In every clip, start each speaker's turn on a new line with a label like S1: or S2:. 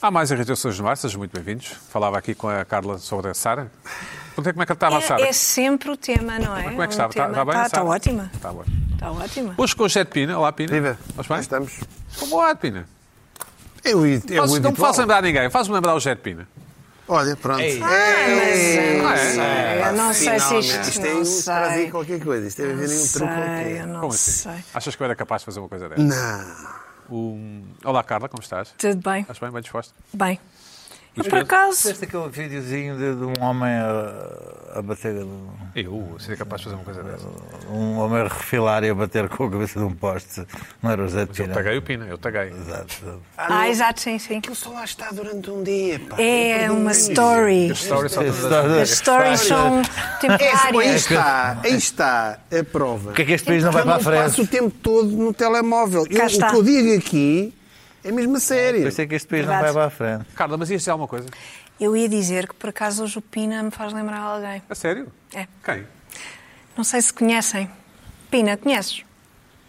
S1: Há mais irritações no ar, sejam muito bem-vindos. Falava aqui com a Carla sobre a Sara. Perguntei como é que estava a Sara.
S2: É, é sempre o tema, não é?
S1: Como é que
S2: O
S1: estava? Está,
S2: tema.
S1: está bem?
S2: Está,
S1: a Sara?
S2: ótima.
S1: Está bom.
S2: Está ótima.
S1: Hoje com o Jet Pina. Olá, Pina.
S3: Viva.
S1: Estás
S3: Cá
S1: bem?
S3: estamos.
S1: Como é, Pina?
S3: Eu, e- é o
S1: Faz- não me
S3: habitual.
S1: faças lembrar ninguém. Faz-me lembrar o Jet Pina.
S3: Olha, pronto.
S2: Mas eu não
S1: é?
S2: sei, eu não sei se
S3: Finalmente.
S2: isto
S3: tem
S2: não
S3: um- para
S2: sei.
S3: dizer qualquer coisa. Isto deve
S2: Não
S3: haver nenhum truque
S2: sei, eu
S3: qualquer.
S2: não
S1: Como assim?
S2: sei.
S1: Achas que eu era capaz de fazer uma coisa dessa?
S3: Não.
S1: Um... Olá, Carla, como estás?
S2: Tudo bem?
S1: Estás bem? Bem disposta?
S2: Bem. Eu, por
S1: Mas-
S2: acaso,
S4: Fizeste aquele videozinho de, de um homem a, a bater, um
S1: Eu seria capaz de fazer uma coisa dessa.
S4: homem a refilar e a bater com a cabeça de um poste. Não era o Zé de Ah,
S1: Eu
S4: Pina.
S1: taguei o Pina, eu taguei.
S4: Exato.
S2: ah, exato, sim, sim.
S3: Ele só lá está durante um dia, pá. um
S2: É uma story.
S1: Os stories Tá, só todas as-
S2: As stories são
S3: É, aí
S2: temporárias.
S3: está, aí está a prova.
S4: Porque é que este país não vai
S3: Eu
S4: para a
S3: passo o
S4: frente?
S3: tempo todo no telemóvel. Eu-
S2: Cá
S3: o
S2: está.
S3: que eu digo aqui é mesmo a sério.
S4: Por isso é que este país não vai
S2: Verdade.
S4: para a frente.
S1: Carla, mas ias dizer alguma coisa?
S2: Eu ia dizer que por acaso hoje o Pina me faz lembrar alguém.
S1: A sério?
S2: É.
S1: Quem?
S2: Não sei se conhecem. Pina, conheces?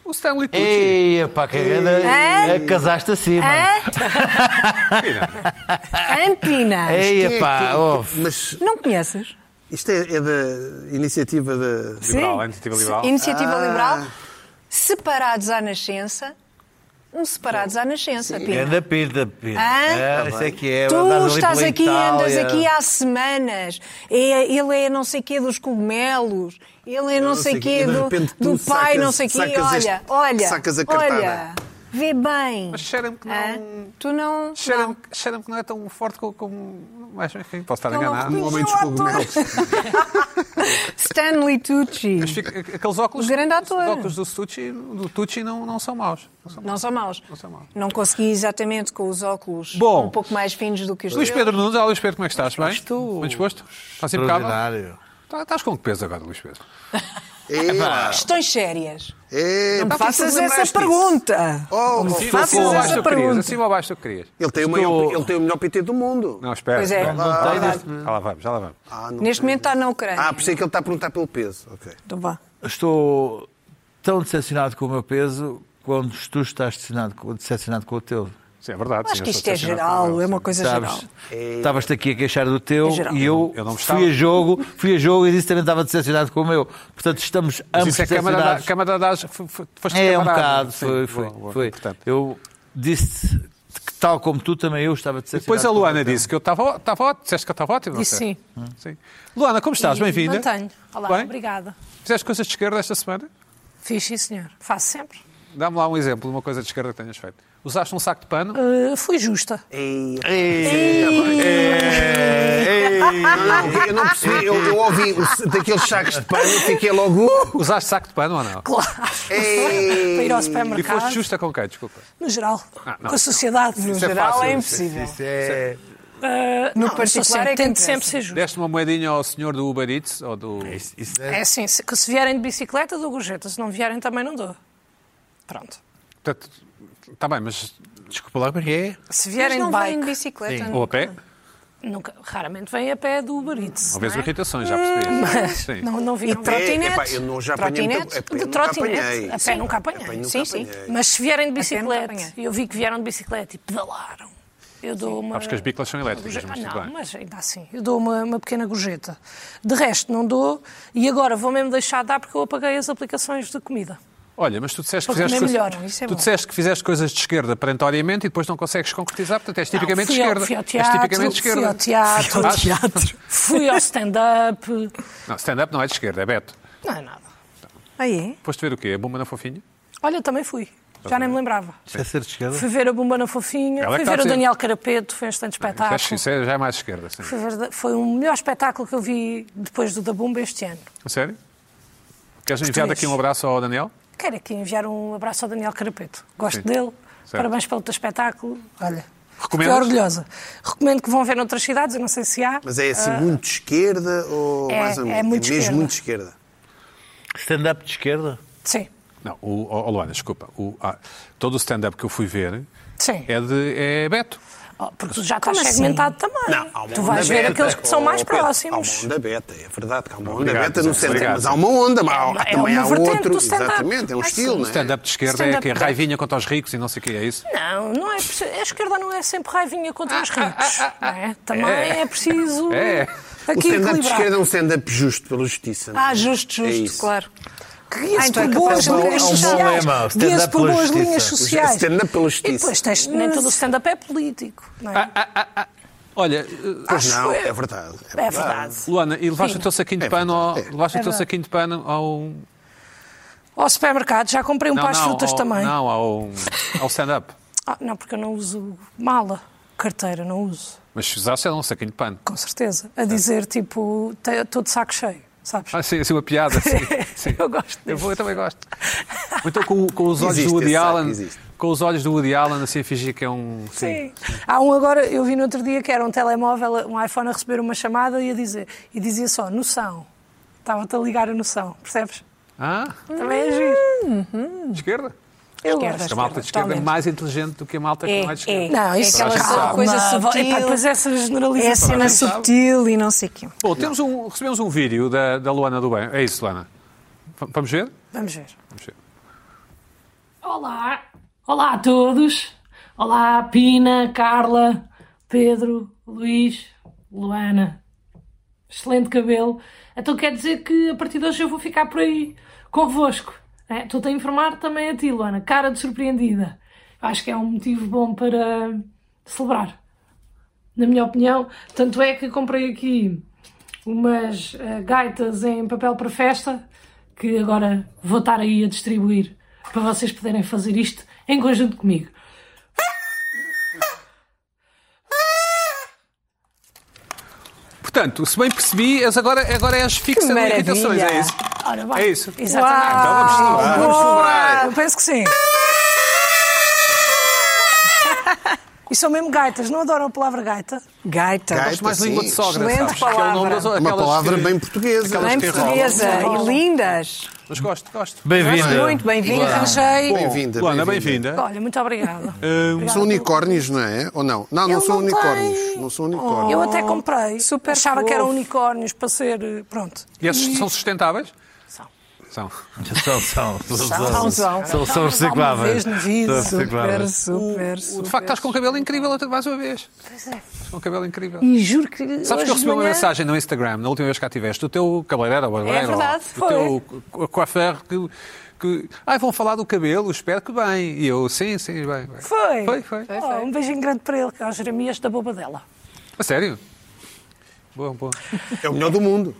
S1: O Stanley Tucci.
S4: Ei, pá, que
S2: Ei.
S4: grande. Casaste assim, mano.
S2: Hã? Hã, Pina?
S4: Ei,
S3: É
S4: pá,
S3: que-
S4: ouve.
S3: Mas
S2: Não conheces?
S3: isto é, é da iniciativa da.
S1: Liberal, a iniciativa liberal.
S2: Se- Iniciativa
S3: Ah.
S2: liberal. Separados à nascença. Um separados à nascença, Pina.
S4: Anda pinta, pinta.
S2: Hã?
S4: Ah, isso é que é. andas
S2: Tu
S4: ali
S2: estás
S4: pela
S2: aqui, andas
S4: Itália.
S2: aqui há semanas. É- ele é não sei quê dos cogumelos. Ele é não sei quê
S3: e de
S2: do,
S3: repente
S2: do
S3: tu
S2: pai,
S3: sacas-
S2: não sei quê.
S3: sacas
S2: Olha,
S3: este-
S2: olha,
S3: sacas a
S2: olha.
S3: cartada.
S2: Vê bem.
S1: Mas cheira-me que não-
S2: Hã? Tu não...
S1: Cheira-me cheira-me que não é tão forte co- como. Mas enfim, posso estar
S2: Não, não
S1: enganado.
S2: reconheço.
S3: Um homem dos
S2: Não,
S3: cogumelos.
S2: Stanley Tucci.
S1: Mas fica- aqueles óculos.
S2: O grande ator.
S1: Os óculos do Tucci, do Tucci não, não são maus. Não são maus.
S2: Não são maus.
S1: Não são maus.
S2: Não consegui exatamente com os óculos
S1: Bom.
S2: um pouco mais finos do que os
S1: Luís
S2: teus.
S1: Pedro Nunes, olá Luís Pedro, como é que estás? Bem? Estou. Bem disposto? Estás impecável?
S4: Extraordinário.
S1: Tá- Estás com que peso agora, Luís Pedro?
S3: É, pá.
S2: Questões sérias.
S3: É,
S2: Não
S3: pá,
S2: me faças
S3: tu lembraste
S2: essa
S3: disso?
S2: pergunta.
S3: Oh, oh,
S1: Acima
S2: faças
S1: ou abaixo
S2: essa
S3: fogo.
S1: do que querias?
S2: pergunta.
S1: Acima ou abaixo do que querias?
S3: Ele tem, o maior, ele tem o melhor PT do mundo.
S1: Não, espera.
S2: Pois é.
S1: espera.
S2: Não
S1: Já
S2: tem
S1: lá-
S2: desse-
S1: Já lá vamos, já lá vamos.
S3: Ah, não.
S2: Neste momento está na Ucrânia.
S3: Ah, por isso é que ele está a perguntar pelo peso. Ok.
S2: Então vá.
S4: Estou tão decepcionado com o meu peso quando tu estás decepcionado com, decepcionado com o teu.
S1: Sim, é verdade.
S2: Acho
S1: sim,
S2: que
S1: eu sou
S2: isto é
S1: aficionado
S2: geral,
S1: por
S2: é
S1: ela,
S2: uma
S1: sim.
S2: coisa geral.
S4: Sabes? Estavas-te aqui a queixar do teu
S2: É geral.
S4: e eu,
S1: Eu não me estava.
S4: fui a jogo, fui a jogo e disse que também estava decepcionado com o meu. Portanto, estamos
S1: Mas
S4: ambos
S1: isso é câmara da,
S4: decepcionados.
S1: câmara da, f- f- foste
S4: é, um
S1: camarada.
S4: bocado,
S1: Sim,
S4: foi,
S1: boa,
S4: foi,
S1: boa.
S4: foi.
S1: Portanto,
S4: Eu disse que tal como tu também eu estava decepcionado.
S1: Depois a
S4: com o
S1: Luana
S4: meu.
S1: disse que eu estava ó- estava ótimo. Disseste que eu estava ótimo, não
S5: Disse
S1: disseste?
S5: sim.
S1: Sim. Luana, como estás?
S5: E
S1: Bem-vinda.
S5: Mantenho. Olá,
S1: Bem?
S5: obrigada.
S1: Fizeste coisas de esquerda esta semana?
S5: Fiz, sim, senhor. Faço sempre.
S1: Dá-me lá um exemplo de uma coisa de esquerda que tenhas feito. Usaste um saco de pano?
S5: Uh, fui justa.
S3: Ei,
S4: Ei,
S3: Não, eu não percebi. Eu, eu ouvi o- daqueles sacos de pano e fiquei logo. "Uh!"
S1: Usaste saco de pano ou não?
S5: Claro.
S3: Ei.
S5: Para ir ao
S1: E foste
S5: supermercado.
S1: justa com quem? Desculpa.
S5: No geral.
S1: Ah, não.
S5: com a sociedade. No
S1: é
S2: geral
S1: fácil.
S2: é impossível.
S4: Isso é...
S5: no
S2: particular é que
S5: Tento
S2: interessa.
S5: sempre ser justa.
S1: Deste uma moedinha ao senhor do Uber Eats ou do.
S4: Isso, isso é...
S5: É assim, se, que se vierem de bicicleta, dou gorjeta. Se não vierem, também não dou. Pronto.
S1: Portanto, está Tá, bem, mas.
S4: Desculpa lá, mas é...
S5: Se
S2: Mas
S5: vierem de
S2: não vêm de
S5: bike,
S2: bicicleta.
S1: Ou a pé?
S5: nunca, raramente vêm a pé do Uber Eats,
S1: Talvez
S5: não é?
S1: irritações, já percebi. Sim.
S5: Não, não vinham.
S2: E trotinete.
S3: É, epá, eu não já apanhei muita-
S2: Trotinete?
S3: é, pá, eu
S5: De
S3: nunca apanhei.
S5: trotinete. A pé nunca apanhei.
S3: nunca
S5: Sim, sim.
S3: apanhei.
S5: Mas se vierem de
S2: pé nunca
S5: bicicleta,
S2: apanhei.
S5: eu vi que vieram de bicicleta e pedalaram. Eu dou uma.
S1: Sabes que as biclas são elétricas,
S5: Ah,
S1: mas tudo
S5: não,
S1: bem.
S5: mas ainda assim, eu dou uma, uma pequena gorjeta. De resto, não dou. E agora vou mesmo deixar de dar porque eu apaguei as aplicações de comida.
S1: Olha, mas tu disseste que
S5: Porque
S1: fizeste,
S5: nem
S1: coisas-
S5: melhoram, isso é
S1: tu
S5: bom.
S1: disseste que fizeste coisas de esquerda aparentoriamente e depois não consegues concretizar, portanto és tipicamente de
S5: Não, fui
S1: esquerda.
S5: Ao, fui ao
S1: és
S5: teatro,
S1: tipicamente de esquerda.
S5: fui ao teatro,
S1: Fui ao
S5: fui ao stand-up.
S1: Não, stand-up não é de esquerda, é Beto.
S5: Não é nada.
S2: Aí
S1: Foste ver o quê? A Buma na Fofinha?
S5: Olha, também fui. Já nem me lembrava.
S4: Isso é ser de esquerda?
S5: Fui ver a Bomba na Fofinha,
S1: Tá Ela é que
S5: fui
S1: está a
S5: ver o
S1: dizer.
S5: Daniel Carapeto, foi um excelente espetáculo.
S1: Acho que isso é já é mais de esquerda, sim.
S5: Foi, verda- foi o melhor espetáculo que eu vi depois do Da Bomba este ano.
S1: A sério? Queres
S5: é
S1: enviar daqui um abraço ao Daniel?
S5: Quero aqui enviar um abraço ao Daniel Carapeto. Gosto
S1: Sim.
S5: dele.
S1: Certo.
S5: Parabéns pelo teu espetáculo. Olha,
S1: Recomendas?
S5: fiquei orgulhosa. Recomendo que vão ver noutras cidades, eu não sei se há.
S3: Mas é assim muito de esquerda ou
S5: Ah. é-
S3: mais ou
S5: é
S3: menos?
S5: muito
S3: mesmo
S5: esquerda.
S3: muito de esquerda.
S4: Stand-up de esquerda?
S5: Sim,
S1: Não, o, o- o Luana, desculpa. O- ah, todo o stand-up que eu fui ver
S5: sim.
S1: é de é Beto.
S5: Oh, porque tu já
S2: Como
S5: estás
S2: assim?
S5: segmentado também.
S3: Não, há uma
S5: tu vais
S3: onda
S5: ver
S3: beta.
S5: aqueles que são
S3: Oh,
S5: mais
S3: Pedro, Há
S5: próximos.
S3: uma onda beta, é verdade que há uma onda
S1: Obrigado,
S3: beta no
S1: José,
S3: centro,
S1: obrigado.
S3: mas há uma onda, mas há-
S5: É
S3: também
S5: uma
S3: há
S5: vertente
S3: outro.
S5: do stand-up.
S3: Exatamente, é um
S5: Ah,
S3: estilo,
S5: sim.
S3: não é?
S1: Stand-up de esquerda é
S5: Stand-up
S1: que é
S5: de-
S1: raivinha contra os ricos e não sei o que é isso.
S5: Não, não é preciso. A esquerda não é sempre raivinha contra
S3: Ah,
S5: os ricos. não é? Também
S1: É.
S5: é, preciso
S1: É.
S3: O
S5: aqui
S3: stand-up de
S5: equilibrar.
S3: esquerda é um stand-up justo pela justiça. não é?
S2: Ah, justo,
S3: É
S2: justo,
S3: isso.
S2: claro.
S5: Que guia-se
S2: Ah, então é
S5: por
S2: capaz
S5: boas
S2: de- é um
S5: linhas
S2: bom
S5: sociais.
S4: lema, stand-up
S5: Guia-se por
S4: pela
S5: boas
S4: justiça.
S5: linhas
S3: O
S5: sociais.
S3: Stand-up pela
S5: E
S3: justiça. Ah,
S5: depois tens, nem todo o stand-up é político. Não é?
S1: Olha, eh,
S3: Pois
S5: acho
S3: não,
S5: eu.
S3: é verdade.
S1: Ah.
S5: é verdade.
S1: Luana, e levaste o teu saquinho de pano ao,
S3: É.
S1: levaste o teu saquinho de pano ao
S5: Ao supermercado já comprei um par de frutas
S1: ao,
S5: também.
S1: Não, ao, ao stand-up.
S5: Ah, não, porque eu não uso mala, carteira, não uso,
S1: Mas se usasse era um saquinho de pano.
S5: com certeza. A dizer, tipo, estou de saco cheio, sabes?
S1: Ah, sim, assim uma piada. Sim, sim.
S5: Eu gosto
S1: Eu, vou, eu também gosto. Ou então com, com os olhos
S3: Existe
S1: do Woody
S3: esse saco,
S1: Allen,
S3: existe.
S1: com os olhos do Woody Allen, assim a fingir que é um...
S5: Sim. Há um agora, eu vi no outro dia que era um telemóvel, um iPhone a receber uma chamada e a dizer, e dizia só, noção. Estava-te a ligar a noção, percebes?
S1: Ah,
S5: Também é giro.
S1: de esquerda?
S5: Eu
S2: Esquerda.
S5: gosto.
S1: A malta de esquerda é mais inteligente do que a malta que não é de esquerda.
S5: Não, isso
S2: é
S1: Toda a gente
S2: aquela
S1: sabe.
S2: coisa
S5: Calma, epá,
S2: sutil.
S5: Pois essa
S2: É a
S1: assim.
S5: generalização.
S2: cena sutil e não sei o quê.
S1: Bom, temos um, recebemos um vídeo da, da Luana do Bem. É isso, Luana. V- vamos ver?
S5: Vamos ver.
S1: Vamos ver.
S6: Olá! Olá a todos! Olá, Pina, Carla, Pedro, Luís, Luana. Excelente cabelo. Então quer dizer que a partir de hoje eu vou ficar por aí convosco. né? Estou-te a informar também a ti, Luana. Cara de surpreendida. Acho que é um motivo bom para celebrar. Na minha opinião, tanto é que comprei aqui umas eh, gaitas em papel para festa que agora vou estar aí a distribuir para vocês poderem fazer isto em conjunto comigo.
S1: Portanto, se bem percebi, és agora, agora é és fixa nas
S2: maravilha.
S1: irritações, é isso?
S5: Ora,
S1: É
S5: vai.
S1: isso.
S5: Exatamente.
S1: Então vamos celebrar.
S3: Vamos celebrar.
S5: Eu penso que sim. E são mesmo gaitas, não adoram a palavra gaita?
S2: Gaita.
S3: Gaita.
S1: Gosto mais língua de sogra,
S2: Excelente
S1: sabes? Que é o nome das-
S2: palavra.
S3: Tá, então Uma
S1: aquelas
S3: palavra
S1: que-
S3: bem portuguesa.
S1: aquelas
S2: Bem
S1: que enrolam.
S2: portuguesa e lindas.
S1: Mas gosto, gosto.
S4: Bem-vinda.
S2: Muito bem-vinda.
S5: Arranjei.
S3: Bem-vinda.
S1: Luana,
S3: bem-vinda.
S1: bem-vinda.
S5: Olha, muito obrigada.
S3: São unicórnios, não é? Ou não? Não, não
S5: Ele
S3: são
S5: não tem.
S3: unicórnios. Não são unicórnios.
S5: Eu
S1: Oh,
S5: até comprei,
S2: super
S5: achava que eram
S2: fofo.
S5: unicórnios para ser. eh, Pronto.
S1: E esses são sustentáveis?
S5: São.
S1: São.
S4: São, são,
S2: São,
S4: são, são,
S2: são.
S4: são, são recicláveis.
S5: Uma vez no vídeo.
S2: tá,
S4: São
S2: Super,
S4: recicláveis.
S2: super,
S1: De
S2: super.
S1: facto, estás com um cabelo incrível outra- mais uma vez. Estás Com um cabelo incrível.
S5: é. E juro que.
S1: Sabes que eu
S5: hoje
S1: recebi
S5: de
S1: uma
S5: manhã-
S1: mensagem no Instagram, na última vez que cá estiveste, do teu cabeleireiro, ou barbeiro,
S5: É verdade,
S1: ou
S5: foi.
S1: do teu co- coiffeur, que, que... Ah, vão falar do cabelo, espero que bem. E eu, sim, sim, bem. bem.
S5: Foi.
S1: Foi, foi.
S5: Oh, um beijinho grande para ele, que é o Jeremias da boba dela.
S1: A sério? Bom, bom.
S3: É o melhor do mundo.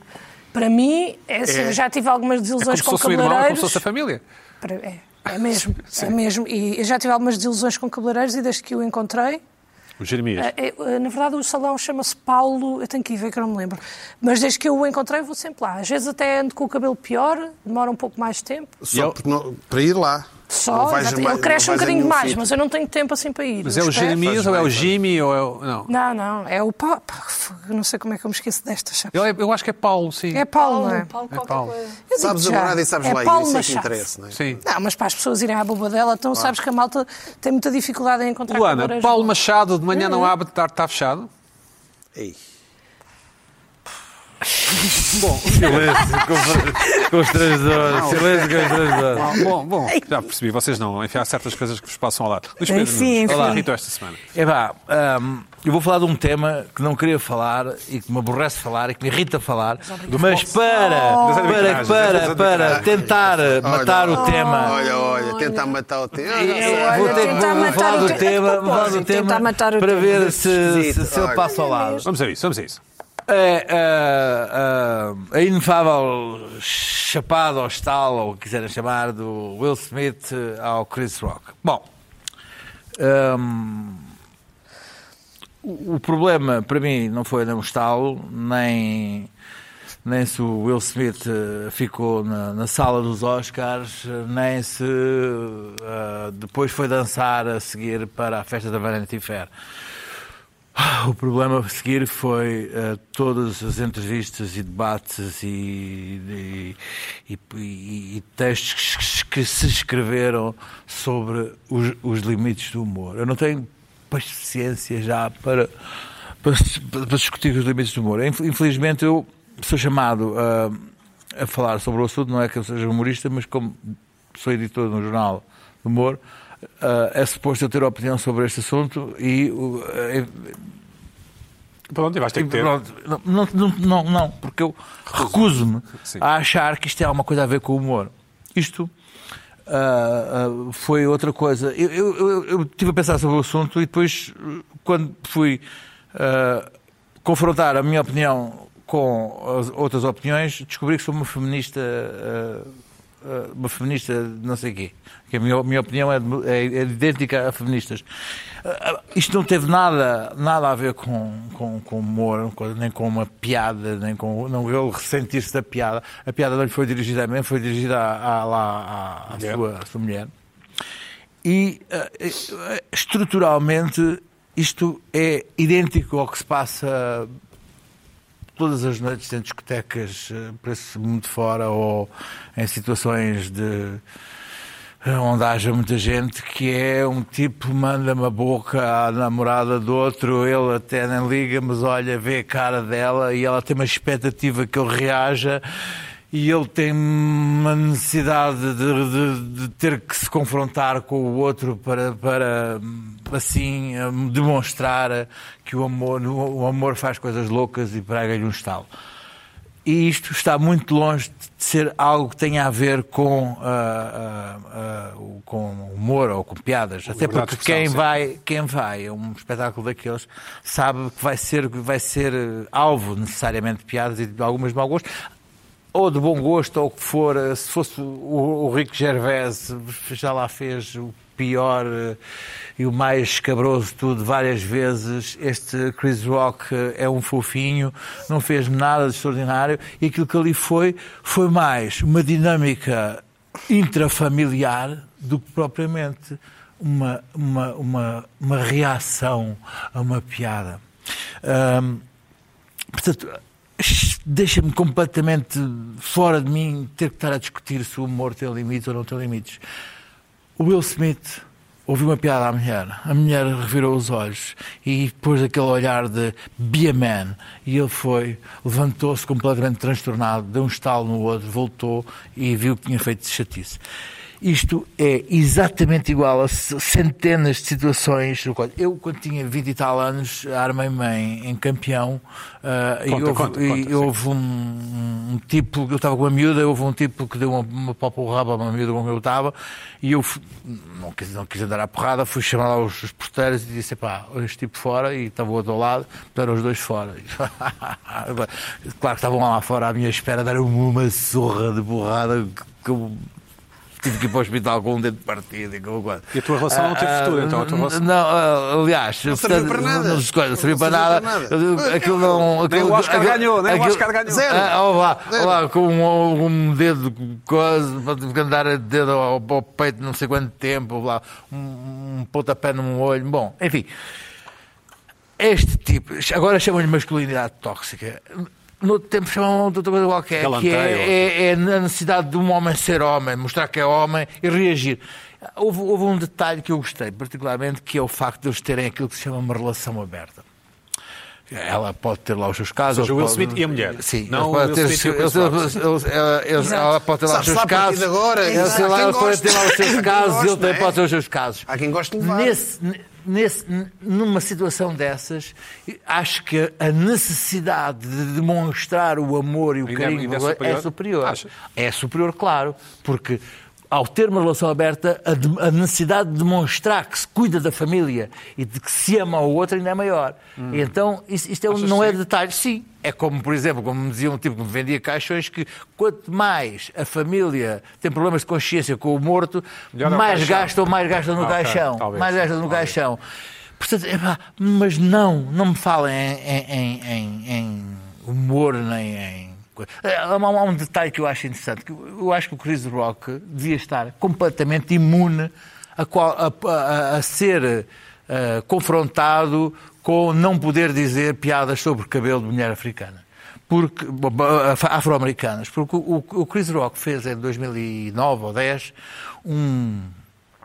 S5: Para mim, é assim,
S3: É.
S5: eu já tive algumas
S1: É como
S5: desilusões
S1: se
S5: com
S1: fosse o irmão, é como se
S5: cabeleireiros.
S1: fosse a família.
S5: Para- É, é mesmo, é mesmo. E eu já tive algumas desilusões com cabeleireiros e desde que o encontrei.
S1: O Jeremias.
S5: eh, eh, Na verdade, o salão chama-se Paulo, eu tenho que ir ver que eu não me lembro. Mas desde que eu o encontrei, vou sempre lá. Às vezes até ando com o cabelo pior, demora um pouco mais de tempo.
S1: E
S3: Só
S1: eu-
S3: porque não- para ir lá. Não
S5: Só,
S3: vais a
S5: exato.
S3: mais- não
S5: ele cresce um
S3: vais a
S5: bocadinho
S3: nenhum
S5: mais,
S3: sítio.
S5: mas eu não tenho tempo assim para ir.
S1: Mas é o
S5: Os pés-
S1: Jeremias ou é o
S3: Faz bem,
S1: Jimmy ou é o... Não.
S5: Não, não, é o Paulo. Pá, f- Não sei como é que eu me esqueço destas. sabes?
S1: Ele é- Eu acho que é Paulo, sim.
S5: É Paulo, não é?
S6: Paulo,
S1: É
S6: qualquer
S1: Paulo.
S6: coisa.
S5: Eu
S3: Sabes a
S5: digo já,
S3: morada e sabes
S5: é
S3: lá.
S5: Paulo
S3: Isso é que
S5: Machado.
S3: interessa, não é?
S1: Sim.
S5: Não, mas para as pessoas irem à boba dela, então sabes que a malta tem muita dificuldade em encontrar
S1: Luana,
S5: cabeleireiros
S1: Paulo
S5: bons.
S1: Machado de
S5: É.
S1: manhã não abre, de tarde está fechado.
S3: Ei.
S4: Silêncio con- constrangedor. Silêncio constrangedor.
S1: Ah, bom, bom, já percebi, vocês não. Enfim, há certas coisas que vos passam ao lado. Luís Pedro Nunes, o
S2: Enfim,
S1: que é que
S2: enfim.
S1: irritou esta semana?
S4: É pá, hum, eu vou falar de um tema que não queria falar e que me aborrece falar e que me irrita falar, mas para,
S1: das
S4: para,
S1: arbitragens,
S4: para,
S1: das
S4: para tentar matar o tema.
S3: Olha, olha, tentar matar o tema.
S4: Eu
S2: olha,
S4: vou ter-
S2: tentar
S4: vou
S2: matar
S4: falar
S2: o
S4: do
S2: tema. É de
S4: tema, vou falar do
S2: propósito, tentar
S4: tema
S2: matar o
S4: para
S2: tema.
S4: ver se,
S3: é Esquisito,
S4: se, se eu
S3: olha.
S4: passo ao lado.
S1: Vamos a isso, vamos a isso.
S4: É, é, é, a inefável chapada ou estalo, ou o que quiserem chamar, do Will Smith ao Chris Rock. Bom, hum, o o problema para mim não foi nem o estalo, nem, nem se o Will Smith eh, ficou na, na sala dos Oscars, nem se eh, depois foi dançar a seguir para a festa da Vanity Fair. O problema a seguir foi eh, todas as entrevistas e debates e, e- e- e- e textos que, que se escreveram sobre os, os limites do humor. Eu não tenho paciência já para, para, para discutir os limites do humor. Inf- Infelizmente, eu sou chamado a, a falar sobre o assunto, não é que eu seja humorista, mas como sou editor de um jornal de humor, ah, é suposto eu ter opinião sobre este assunto e o- eh,
S1: Pronto, e vais ter que ter.
S4: Pronto, não, não, não, não, porque eu recuso-me
S1: Sim.
S4: a achar que isto é uma coisa a ver com o humor. Isto ah, ah, foi outra coisa. Eu, eu, eu- eu estive a pensar sobre o assunto e depois, quando fui ah, confrontar a minha opinião com as outras opiniões, descobri que sou uma feminista. ah, ah, uma feminista de não sei quê. Que a minha, minha opinião é, de- é- é idêntica a feministas. Ah, ah, isto não teve nada, nada a ver com, com, com humor, com- nem com uma piada, nem com. Não, ele ressentir-se da piada. A piada não lhe foi dirigida a mim, foi dirigida à, à, lá, à, à
S1: Mulher.
S4: sua, à sua mulher. E ah, eh, eh, estruturalmente isto é idêntico ao que se passa todas as noites em discotecas, eh, por esse mundo fora ou em situações de eh, onde haja muita gente que é um tipo manda uma boca à namorada do outro, ele até nem liga, mas olha, vê a cara dela e ela tem uma expectativa que eu reaja e ele tem uma necessidade de, de- de ter que se confrontar com o outro para, para assim hum, demonstrar que o amor, o amor faz coisas loucas e prega-lhe um estalo. E isto está muito longe de ser algo que tenha a ver com, ah, ah, ah, o- com humor ou com piadas. Até
S1: liberdade
S4: porque
S1: de expressão,
S4: quem
S1: sim.
S4: vai, quem vai a um espetáculo daqueles sabe que vai ser, vai ser eh, alvo necessariamente de piadas e de algumas de mau gosto. Ou de bom gosto, ou o que for. Eh, Se fosse o, o Rico Gervais, eh, já lá fez o pior eh, e o mais escabroso de tudo várias vezes. Este Chris Rock eh, é um fofinho, não fez nada de extraordinário. E aquilo que ali foi, foi mais uma dinâmica intrafamiliar do que propriamente uma, uma, uma, uma reação a uma piada. Ahm, portanto, deixa-me completamente fora de mim ter que estar a discutir se o humor tem limites ou não tem limites. O Will Smith ouviu uma piada à mulher, a mulher revirou os olhos e pôs aquele olhar de be a man. E ele foi, levantou-se completamente transtornado, deu um estalo no outro, voltou e viu que tinha feito chatice. Isto é exatamente igual a c- centenas de situações. no qual- Eu, quando tinha 20 e tal anos, armei-me em, em campeão ah, e
S1: Conta,
S4: houve,
S1: conta,
S4: e
S1: conta, sim.
S4: houve houve um, um tipo, eu estava com uma miúda, houve um tipo que deu uma, uma papa ao rabo a uma miúda com que eu estava, e eu fu- não quis, não quis andar à porrada, fui chamar lá os, os porteiros e disse, pá, este tipo fora, e estava o outro ao lado, puseram os dois fora. claro que estavam lá fora à minha espera, deram-me uma surra de borrada que eu tive que ir para o hospital com um dedo partido e com coisa.
S1: E a tua relação não teve
S4: Ah,
S1: futuro, então, a tua
S4: n-
S1: relação?
S4: Não, ah, aliás,
S3: serviu
S4: portanto,
S3: para nada.
S4: Não, não, não serviu
S3: Não
S4: para nada.
S3: serviu para nada.
S4: Aquilo não.
S1: Nem
S4: aquilo-
S1: o Oscar
S4: aquilo-
S1: ganhou, nem o
S4: aquilo-
S1: Oscar ganhou.
S3: Zero.
S4: ah, ó lá, ó
S3: Zero.
S4: lá, com um, um dedo quase, para te andar a dedo ao, ao peito não sei quanto tempo, ó lá, um, um pontapé num olho. Bom, enfim. Este tipo, agora chamam-lhe masculinidade tóxica. No outro tempo chamavam de outra coisa qualquer, que
S1: Galanteio.
S4: é, é, é a necessidade de um homem ser homem, mostrar que é homem e reagir. Houve, houve um detalhe que eu gostei, particularmente, que é o facto de eles terem aquilo que se chama uma relação aberta. Ela pode ter lá os seus casos.
S1: Ou seja, o
S4: eles
S1: Will
S4: podem-
S1: Smith e a mulher.
S4: Sim,
S1: Não
S4: eles
S1: o
S4: podem
S1: Will
S4: ter-
S1: Smith e o
S4: eles-
S1: Chris Rock,
S4: eles- eles- ela- eles- ela pode ter lá os
S3: Sabe-se
S4: seus
S3: lá a partir
S4: casos.
S3: de agora,
S4: Ela
S3: exato, há quem
S4: ela pode ter lá os
S3: goste, há
S4: seus
S3: quem
S4: casos,
S3: goste,
S4: ele também
S3: não é?
S4: pode ter os seus casos.
S3: Há quem goste de levar.
S4: Nesse- n- nesse- n- numa situação dessas, acho que a necessidade de demonstrar o amor e o
S1: Ainda-
S4: carinho
S1: ainda é
S4: é superior.
S1: superior? Acha?
S4: É superior, claro, porque ao ter uma relação aberta, a, de- a necessidade de demonstrar que se cuida da família e de que se ama ao outro ainda é maior.
S1: Hum.
S4: E então, isso- isto é um- não é detalhe, sim. É como, por exemplo, como me dizia um tipo que me vendia caixões, que quanto mais a família tem problemas de consciência com o morto,
S1: Melhor é o
S4: mais
S1: caixão.
S4: gastam, mais gastam no
S1: Ah, ok.
S4: caixão.
S1: Talvez,
S4: mais gastam no
S1: talvez.
S4: caixão. Portanto, epá, mas não, não me falem em, em- em- em humor nem em. coisa. Há um- há um detalhe que eu acho interessante. que Eu acho que o Chris Rock devia estar completamente imune a, qual- a- a- a ser eh, confrontado com não poder dizer piadas sobre cabelo de mulher africana porque bo- bo- af- afro-americanas, porque o, o Chris Rock fez em 2009 ou 10 um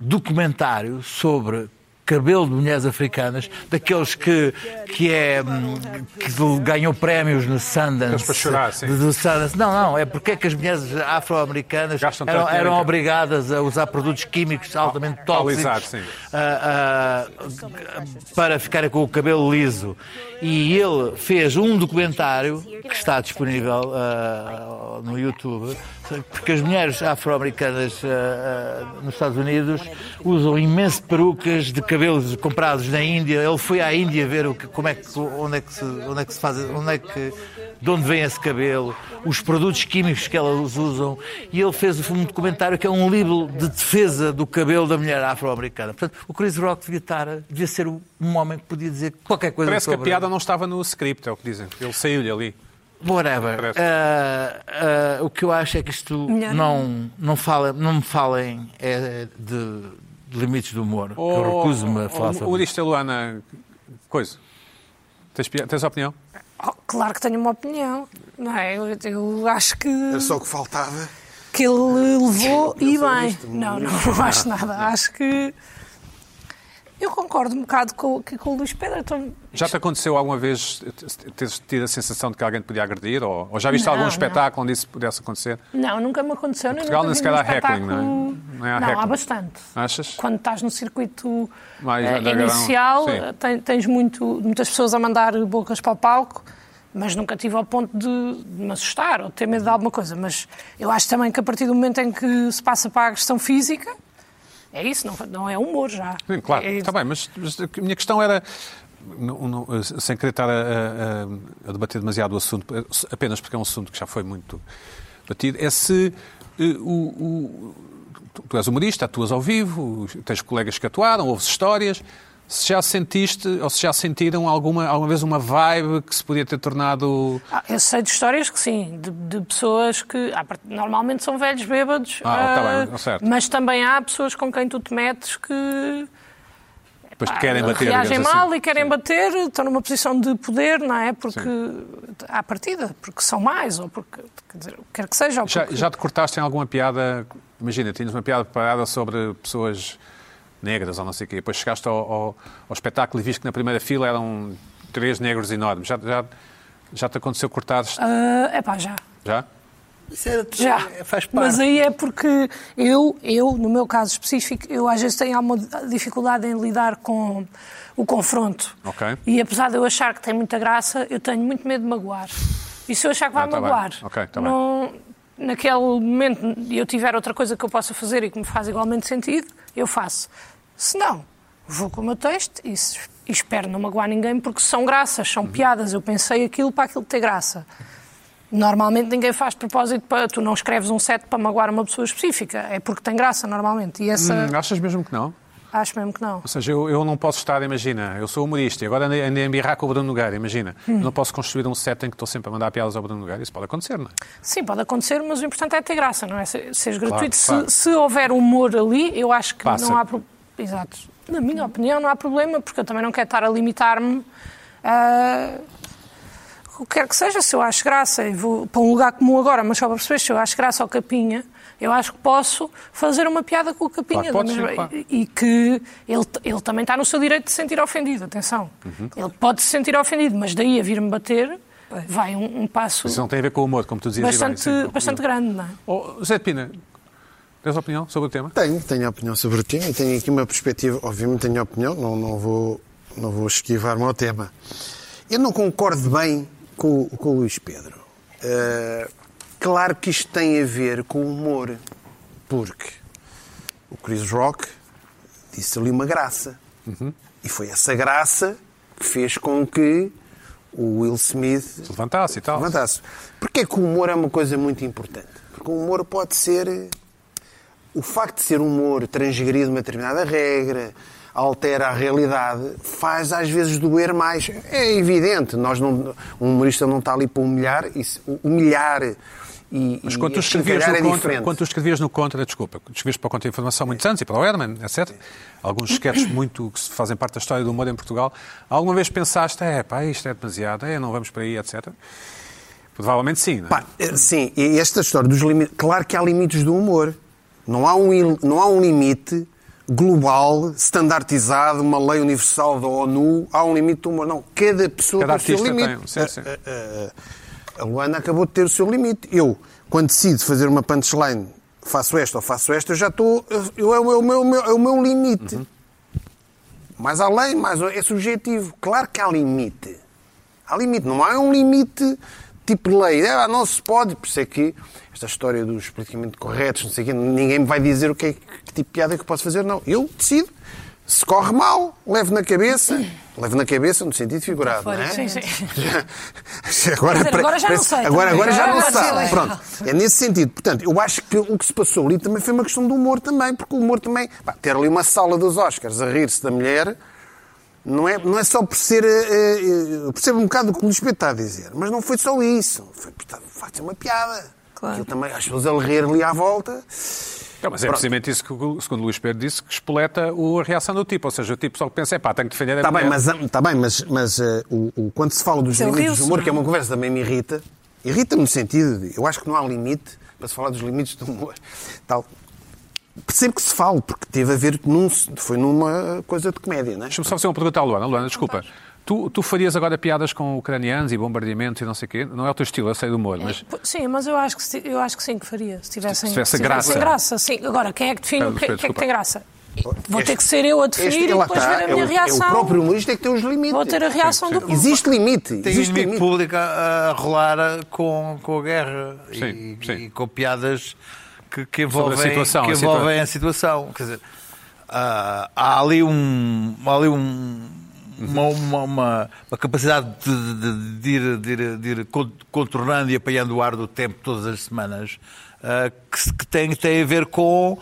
S4: documentário sobre cabelo de mulheres africanas, daqueles que, que, é, hum, que ganhou prémios no Sundance.
S1: Eles para chorar, sim.
S4: do- do Sundance. Não, não, é porque é que as mulheres afro-americanas
S1: Gastam tanto
S4: eram,
S1: dinheiro em
S4: eram
S1: casa.
S4: obrigadas a usar produtos químicos altamente
S1: Alisar,
S4: tóxicos
S1: sim.
S4: ah, ah, para ficarem com o cabelo liso. E ele fez um documentário que está disponível ah, no YouTube, porque as mulheres afro-americanas ah, ah, nos Estados Unidos usam imenso perucas de cabelos comprados na Índia. Ele foi à Índia ver o que- como é que, onde é que se, onde é que se faz, onde é que, de onde vem esse cabelo, os produtos químicos que elas usam. E ele fez um documentário que é um livro de defesa do cabelo da mulher afro-americana. Portanto, o Chris Rock devia, estar, devia ser um homem que podia dizer qualquer coisa
S1: Parece que a
S4: sobre
S1: piada não estava no script, é o que dizem. Ele saiu-lhe ali.
S4: Whatever.
S1: Parece.
S4: Ah, ah, o que eu acho é que isto
S2: Melhor
S4: não, não, fala, não me falem é, de, de limites do humor. eu
S1: Oh,
S4: recuso-me a falar
S1: oh,
S4: sobre
S1: O
S4: isso.
S1: Lista Luana, coisa. Tens, pi- tens opinião?
S5: Oh, claro que tenho uma opinião, não é? Eu, eu acho que,
S3: Era só o que faltava.
S5: que ele levou e
S3: sou
S5: bem.
S3: isto.
S5: Não, não, não acho nada. Acho que. Eu concordo um bocado com, o- que com o Luís Pedro. Então,
S1: Já te aconteceu alguma vez teres tido a sensação de que alguém te podia agredir? Ou, ou já viste
S5: Não,
S1: algum
S5: não.
S1: espetáculo onde isso pudesse acontecer?
S5: não, nunca me aconteceu. nem
S1: Portugal
S5: nunca
S1: nem
S5: vi
S1: sequer há
S5: num
S1: heckling, não é?
S5: espetáculo-
S1: Não é há
S5: Não, há
S1: heckling.
S5: bastante.
S1: Achas?
S5: Quando estás no circuito
S1: Mais
S5: eh,
S1: underground,
S5: inicial,
S1: sim.
S5: eh, ten- tens muito, muitas pessoas a mandar bocas para o palco, mas nunca tive ao ponto de, de me assustar ou de ter medo de alguma coisa. Mas eu acho também que a partir do momento em que se passa para a agressão física, é isso, não, não é humor já.
S1: Sim, claro,
S5: É-
S1: está bem, mas, mas a minha questão era, não- não- sem querer estar a, a- a debater demasiado o assunto, apenas porque é um assunto que já foi muito batido, é se eh, o- o- tu, tu és humorista, atuas ao vivo, tens colegas que atuaram, ouves histórias, se já sentiste ou se já sentiram alguma, alguma vez uma vibe que se podia ter tornado
S5: Ah, eu sei de histórias que sim, de, de pessoas que ah, part- normalmente são velhos bêbados,
S1: Ah, tá
S5: ah,
S1: bem, certo.
S5: mas também há pessoas com quem tu te metes que
S1: depois te
S5: Ah,
S1: querem bater.
S5: Reagem
S1: digamos assim.
S5: mal e querem bater, estão numa posição de poder, não é? Porque à partida, porque são mais, ou porque, quer dizer, o que quer que seja. Ou
S1: Já,
S5: porque...
S1: já te cortaste em alguma piada? Imagina, tinhas uma piada preparada sobre pessoas negras ou não sei o quê. Depois chegaste ao, ao- ao espetáculo e viste que na primeira fila eram três negros enormes. Já, já, já te aconteceu cortar
S5: Ah, epá, já.
S1: Já?
S4: Isso é-
S5: Já.
S4: Faz parte.
S5: Mas aí é porque eu, eu, no meu caso específico, eu às vezes tenho alguma dificuldade em lidar com o confronto.
S1: Ok.
S5: E apesar de eu achar que tem muita graça, eu tenho muito medo de magoar. E se eu achar que vai
S1: Ah, tá bem.
S5: magoar,
S1: Ok, tá bem.
S5: não, naquele momento eu tiver outra coisa que eu possa fazer e que me faz igualmente sentido, eu faço. Se não, vou com o meu texto e, se- e espero não magoar ninguém porque são graças, são
S1: Uhum.
S5: piadas. Eu pensei aquilo para aquilo ter graça. Normalmente ninguém faz de propósito para. Tu não escreves um set para magoar uma pessoa específica. É porque tem graça, normalmente. E essa.
S1: Hum, achas mesmo que não?
S5: Acho mesmo que não.
S1: Ou seja, eu, eu não posso estar, imagina, eu sou humorista e agora andei andei a embirrar com o Bruno Nogueira, imagina. Eu
S5: Hum.
S1: não posso construir um set em que estou sempre a mandar piadas ao Bruno Nogueira. Isso pode acontecer, não é?
S5: Sim, pode acontecer, mas o importante é ter graça, não é? Se- Seres gratuito. Se-
S1: claro.
S5: Se, houver humor ali, eu acho que
S1: Passa.
S5: não há. Pro... Exato. Na minha opinião, não há problema, porque eu também não quero estar a limitar-me. a O que quer que seja, se eu acho graça, e vou para um lugar comum agora, mas só para perceber, se eu acho graça ao Capinha, eu acho que posso fazer uma piada com o Capinha.
S1: Claro que pode,
S5: da mesma-
S1: sim, claro.
S5: e- E que ele, ele também está no seu direito de se sentir ofendido, atenção.
S1: Uhum.
S5: Ele pode se sentir ofendido, mas daí a vir-me bater, vai um, um passo
S1: Isso não tem a ver com o humor, como tu dizias. e bem,
S5: bastante,
S1: sim.
S5: bastante grande, não é?
S1: Oh, Zé de Pina, tens opinião sobre o tema?
S3: Tenho, tenho opinião sobre o tema e tenho aqui uma perspectiva. Obviamente tenho opinião, não, não vou, não vou esquivar-me ao tema. Eu não concordo bem com, o- com o Luís Pedro. Eh, claro que isto tem a ver com o humor, porque o Chris Rock disse ali uma graça. E foi essa graça que fez com que o Will Smith
S1: Se levantasse e tal.
S3: Fantástico. Porquê que o humor é uma coisa muito importante? Porque o humor pode ser. O facto de ser humor transgredir uma determinada regra, altera a realidade, faz às vezes doer mais. É evidente, nós não, um humorista não está ali para humilhar, e se- humilhar e,
S1: Mas
S3: e
S1: quando tu, escrevias
S3: achincalhar
S1: no
S3: é
S1: contra,
S3: diferente.
S1: quando tu escrevias no Contra, desculpa, quando escrevias para o Contra de Informação há muitos anos e para o Herman, etc. Alguns sketches muito que se fazem parte da história do humor em Portugal. Alguma vez pensaste, é pá, isto é demasiado, é, não vamos para aí, etc. Provavelmente sim, não é?
S3: Pá, eh, sim, e esta história dos limites. Claro que há limites do humor. Não há um, il- não há um limite global, standardizado, uma lei universal da ONU, há um limite de humor. Não, cada pessoa
S1: Cada
S3: tem o seu
S1: artista
S3: limite. eh,
S1: tem. um, Sim, sim.
S3: A Luana acabou de ter o seu limite. Eu, quando decido fazer uma punchline, faço esta ou faço esta, eu já estou. Eu, é o meu- o meu- o meu- é o meu limite. Mais além, mais, é subjetivo. Claro que há limite. Há limite. Não há um limite tipo lei. Ah, não se pode. Por isso é que esta história dos politicamente corretos, não sei o quê, ninguém me vai dizer o que, é, que tipo de piada é que eu posso fazer, não. Eu decido. Se corre mal, levo na cabeça. Levo na cabeça no sentido figurado, não é?
S5: Sim, sim.
S3: agora,
S2: Quer dizer, agora já não sei
S3: Agora,
S2: também. Ah,
S3: agora já não
S2: Agora já
S3: sabe.
S2: sei.
S3: Pronto. É nesse sentido. Portanto, eu acho que o que se passou ali também foi uma questão de humor também, porque o humor também. pá, ter ali uma sala dos Oscars a rir-se da mulher. Não é, não é só por ser. eh, eh, eu percebo um bocado o que o Luís Pedro está a dizer, mas não foi só isso. Foi, portanto, vai ser uma piada.
S2: Claro.
S3: Aquilo também, as pessoas a rir ali à volta.
S1: Não, mas é precisamente isso que, o- segundo o Luís Pedro disse, que espoleta o- a reação do tipo. Ou seja, o tipo só pensa, é pá, tenho que defender a
S3: Está bem,
S1: mulher.
S3: mas, tá bem, mas, mas eh, o, o- quando se fala dos
S2: Mas ele
S3: limites
S2: riu-se,
S3: do humor,
S2: não é?
S3: que é uma conversa que também me irrita, irrita-me no sentido de eu acho que não há limite para se falar dos limites do humor. Tal. Percebo que se fala, porque teve a ver num, foi numa coisa de comédia, não é?
S1: Deixa-me só fazer uma pergunta à Luana. Luana, desculpa. Tu, tu farias agora piadas com ucranianos e bombardeamentos e não sei o quê? Não é o teu estilo, eu sei do humor, mas...
S5: Pô, Sim, mas eu acho que, se- eu acho que sim que faria. Se tivessem,
S1: Se tivesse graça.
S5: graça, sim. Agora, quem é que define
S1: Espera,
S5: o que,
S1: espera,
S5: quem é que
S1: desculpa.
S5: tem graça? Vou
S3: Oh, Este-
S5: ter que ser eu a definir
S3: Este,
S5: e
S3: lá
S5: depois
S3: está,
S5: ver
S3: é,
S5: a
S3: o,
S5: minha
S3: é o
S5: reação.
S3: próprio humorista que tem os limites.
S5: Vou ter a reação do público.
S3: Existe limite.
S4: Tem
S3: existe
S4: inimigo
S3: limite.
S4: público a, a rolar ah, com, com a guerra
S1: Sim,
S4: e,
S1: sim.
S4: e com piadas que, que envolvem,
S1: situação,
S4: que
S1: a situa-
S4: envolvem a situação. Quer dizer, ah, há ali um. Há ali um uma, uma, uma- uma capacidade de, de- de ir, de ir- de ir con- contornando e apanhando o ar do tempo todas as semanas ah, que, se- que tem, tem a ver com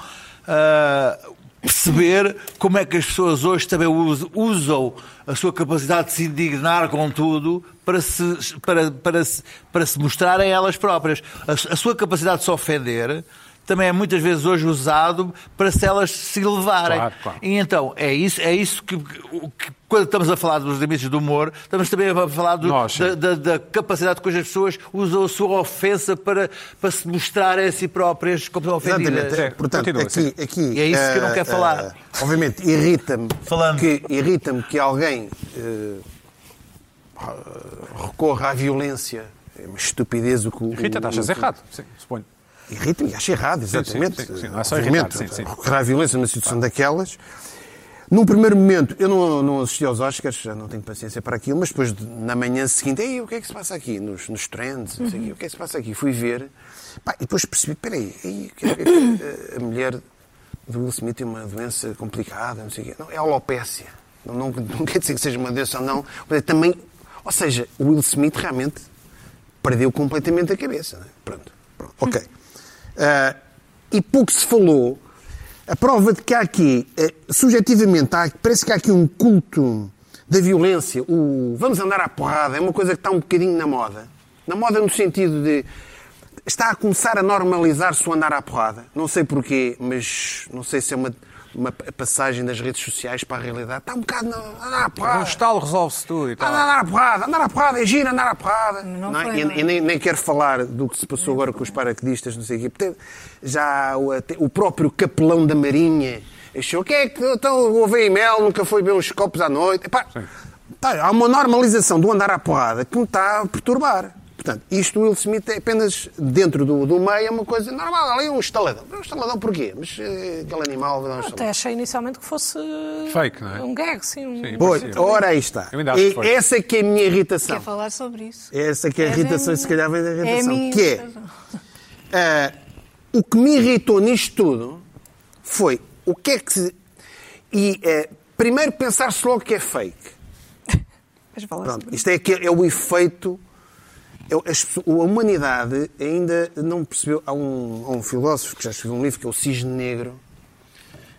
S4: ah, perceber como é que as pessoas hoje também us- usam a sua capacidade de se indignar com tudo para se, para, para, se, para se mostrarem elas próprias. A, su- a sua capacidade de se ofender também é muitas vezes hoje usado para se elas se elevarem.
S1: Claro, claro.
S4: E então, é isso, é isso que, o que- quando estamos a falar dos limites do humor, estamos também a falar do-
S1: Nós, sim.
S4: da, da- da capacidade com que as pessoas usam a sua ofensa para, para se mostrarem a si próprias como ofendidas.
S3: Exatamente.
S1: É,
S3: Portanto,
S1: continua,
S3: aqui, aqui,
S4: E é isso que eu não
S3: eh,
S4: quero falar.
S3: eh, obviamente, irrita-me
S4: Falando.
S3: que, irrita que alguém eh, ah, recorra à violência. É uma estupidez o que o-
S1: Rita, achas
S3: o-
S1: errado, sim, suponho.
S3: Irrita-me, acho errado, exatamente.
S1: sim, sim, sim. Não é só
S3: Obviamente,
S1: irritado, sim, sim.
S3: Recorrer à violência numa situação daquelas. Num primeiro momento, eu não, não assisti aos Oscars, já não tenho paciência para aquilo, mas depois, de- na manhã seguinte, Ei, o que é que se passa aqui? Nos, nos trends, não sei o quê, o que é que se passa aqui? Fui ver, pá, e depois percebi, peraí, aí, o que é que- a- a mulher do Will Smith tem uma doença complicada, não sei o quê. Não, é alopécia. Não, não, não quer dizer que seja uma doença ou não. Mas é também, ou seja, o Will Smith realmente perdeu completamente a cabeça. não é? Pronto, pronto, ok. Ah, e pouco se falou. A prova de que há aqui, eh, subjetivamente, há- parece que há aqui um culto da violência. O vamos andar à porrada é uma coisa que está um bocadinho na moda. Na moda no sentido de está a começar a normalizar-se o andar à porrada. Não sei porquê, mas não sei se é uma, uma passagem das redes sociais para a realidade. Está um bocado na, andar à
S1: Um
S3: porrada.
S1: estalo resolve-se tudo e
S3: Ah,
S1: tal.
S3: Andar à porrada, andar à porrada, é giro, andar à porrada. Não, é?
S2: foi,
S3: E-
S2: não é?
S3: e nem, nem quero falar do que se passou agora com os paraquedistas, não sei o quê. Portanto, Já o, até- o próprio capelão da Marinha achou que é que então, o em mel nunca foi ver uns copos à noite. Epá, tá, há uma normalização do andar à porrada que me está a perturbar. Portanto, isto o Will Smith é apenas dentro do, do meio, é uma coisa normal, ali é um estaladão. Um estaladão porquê? Mas eh, aquele animal vai dar um estaladão.
S5: Até achei inicialmente que fosse
S1: Fake, não é?
S5: um gag, sim. Um...
S1: Sim,
S3: Pois,
S1: parecia.
S3: ora aí está.
S1: Eu ainda acho que
S3: E
S1: foi.
S3: essa é que é a minha irritação.
S2: Quer falar sobre isso?
S3: Essa que é a
S2: Essa é a
S3: irritação,
S2: minha-
S3: se calhar vem da
S2: é a
S3: irritação.
S2: minha
S3: que é,
S2: irritação.
S3: ah, o que me irritou nisto tudo foi o que é que se... E ah, primeiro pensar-se logo que é fake.
S2: Queres falar
S3: Pronto,
S2: sobre isso?
S3: isto é, que é o efeito... é o- as pessoas- a humanidade ainda não percebeu... Há um, há um filósofo que já escreveu um livro que é o Cisne Negro,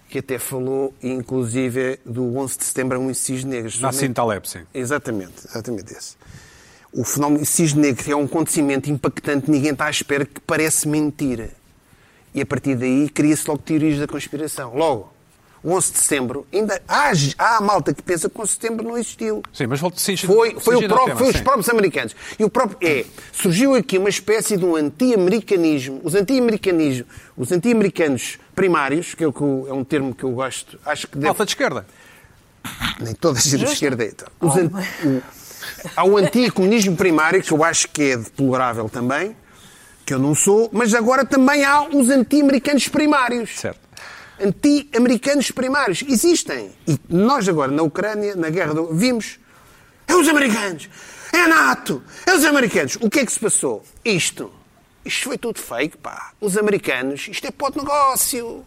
S3: que até falou, inclusive, do 11 de setembro a um cisne negro.
S1: Nassim Taleb, sim.
S3: Exatamente, exatamente esse. O fenómeno cisne negro é um acontecimento impactante, ninguém está à espera, que parece mentira. E a partir daí cria-se logo teorias da conspiração. Logo, o 11 de setembro, ainda há, há a malta que pensa que o 11 de setembro não existiu.
S1: Sim, mas volto sim,
S3: Foi, foi, o
S1: sim, no
S3: próprio,
S1: tema,
S3: foi os
S1: sim.
S3: próprios americanos. E o próprio é, surgiu aqui uma espécie de um anti-americanismo. Os anti-americanismo, os anti-americanos primários, que é, o que eu- é um termo que eu gosto, acho que deve,
S1: Alfa de esquerda.
S3: nem toda a gente de esquerda é. então. Os an- o- há o anticomunismo primário, que eu acho que é deplorável também, que eu não sou, mas agora também há os anti-americanos primários.
S1: Certo.
S3: Anti-americanos primários. Existem. E nós agora, na Ucrânia, na guerra do... Vimos. É os americanos. É a NATO. É os americanos. O que é que se passou? Isto. Isto foi tudo fake, pá. Os americanos. Isto é pó de negócio.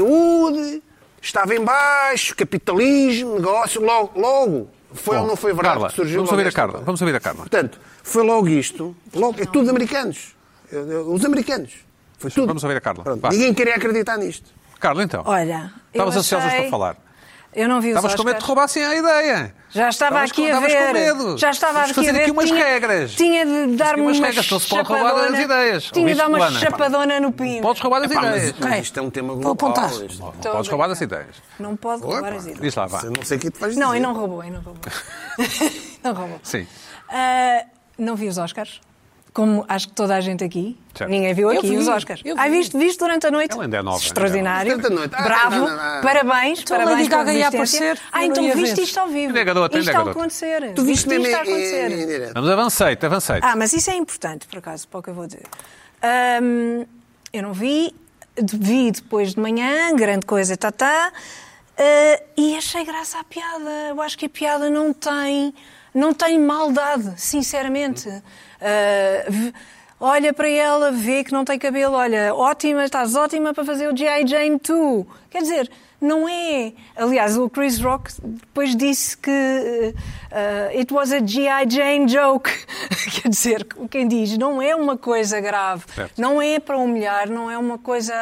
S3: Hollywood. Estava em baixo. Capitalismo. Negócio. Logo. logo. Foi
S1: Bom,
S3: ou não foi verdade
S1: Carla,
S3: que surgiu
S1: vamos
S3: logo
S1: ouvir a
S3: esta
S1: Carla,
S3: coisa?
S1: vamos ouvir a Carla.
S3: Portanto, foi logo isto. Logo, é tudo americanos. Eu- eu- Os americanos. Foi tudo.
S1: Vamos ouvir a Carla.
S3: Pronto,
S1: Vá.
S3: Ninguém queria acreditar nisto.
S1: Carla, então.
S2: Olha, eu
S1: Estavas
S2: achei-
S1: ansiosas para falar.
S2: Eu não vi os
S1: Estavas com medo
S2: Oscars.
S1: de roubassem a ideia.
S2: Já estava
S1: Estavas com-
S2: aqui a
S1: estavas
S2: ver.
S1: com medo.
S2: Já estava
S1: Vamos
S2: aqui a
S1: fazer
S2: ver.
S1: aqui umas
S2: tinha,
S1: regras.
S2: Tinha de dar-me
S1: umas
S2: uma
S1: regras, não se pode roubar
S2: chapadona.
S1: as ideias.
S2: Tinha de
S1: Ouviste,
S2: dar uma
S1: Luana?
S2: chapadona no pino.
S1: Podes roubar as
S3: Pá,
S1: ideias.
S3: mas, mas isto é um tema
S2: Vou
S3: global.
S2: apontar.
S3: isto-
S1: Não Podes roubar as ideias.
S2: Então, Não pode roubar as ideias.
S1: Diz lá, vá.
S3: Eu não sei o que tu vais dizer.
S2: Não, e não roubou, e não roubou. não roubou.
S1: Sim.
S2: Ah, não vi os Oscars, como acho que toda a gente aqui.
S1: Certo.
S2: Ninguém viu
S5: Eu
S2: aqui
S5: vi,
S2: os Oscars.
S5: eu vi.
S2: Ah, viste, viste durante a noite?
S1: Ela ainda é nova,
S2: Extraordinário.
S3: ainda é nova. Durante a noite. Ah,
S2: Bravo.
S3: não, não, não.
S2: Parabéns,
S5: Então a
S2: parabéns
S5: Lady
S2: pela
S5: Gaga ia
S2: resistência.
S5: aparecer,
S2: Ah,
S5: eu não
S2: então
S5: ia
S2: viste
S5: ver.
S2: isto ao vivo.
S1: Ainda é garota, ainda
S2: isto
S1: é
S2: a
S1: garota.
S2: acontecer.
S3: Tu viste
S2: isto
S3: mesmo
S2: a
S3: em,
S2: acontecer.
S3: é em, em direto.
S1: Vamos avancei, avancei.
S2: Ah, mas isso é importante, por acaso, para o que eu vou dizer. Ahm, eu não vi, de- vi depois de manhã, grande coisa, tá, tá, ah, e achei graça à piada. Eu acho que a piada não tem, não tem maldade, sinceramente. Ah, v- olha para ela, vê que não tem cabelo, olha, ótima, estás ótima para fazer o G.I. Jane 2. Quer dizer, não é. Aliás, o Chris Rock depois disse que eh, eh, it was a G.I. Jane joke. Quer dizer, quem diz, não é uma coisa grave,
S1: Certo.
S2: não é para humilhar, não é uma coisa.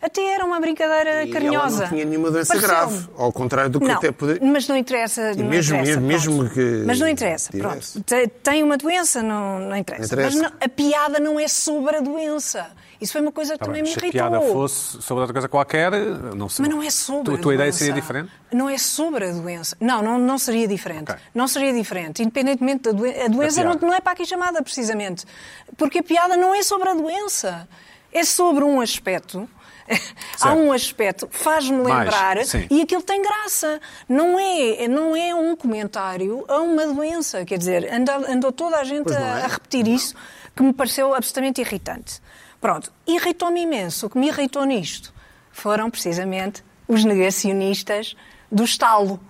S2: Até era uma brincadeira
S3: E
S2: carinhosa.
S3: Ela não tinha nenhuma doença
S2: Pareceu-me.
S3: grave. Ao contrário do que
S2: Não,
S3: até poder.
S2: mas não interessa. não
S3: mesmo-
S2: interessa,
S3: mesmo
S2: pronto.
S3: que
S2: Mas não interessa,
S3: tivesse.
S2: pronto. Te- Tem uma doença, não, não interessa.
S3: Não interessa.
S2: Mas não- a piada não é sobre a doença. Isso foi uma coisa que
S1: Tá
S2: também
S1: bem,
S2: me
S1: se a
S2: irritou.
S1: piada fosse sobre outra coisa qualquer, eh, não sei.
S2: Mas não é sobre.
S1: Tu- A tua ideia
S2: doença.
S1: seria diferente?
S2: Não é sobre a doença. Não, não, não seria diferente.
S1: Ok.
S2: Não seria diferente. Independentemente da doença. A doença não,
S1: piada.
S2: não é para aqui chamada, precisamente. Porque a piada não é sobre a doença. É sobre um aspecto. Há um aspecto, faz-me
S1: Mais,
S2: lembrar,
S1: sim.
S2: e aquilo tem graça. Não é, não é um comentário a uma doença. Quer dizer, anda- andou, toda a gente
S3: Pois não
S2: a,
S3: é.
S2: a repetir isso, que me pareceu absolutamente irritante. Pronto, irritou-me imenso. O que me irritou nisto foram precisamente os negacionistas do estalo.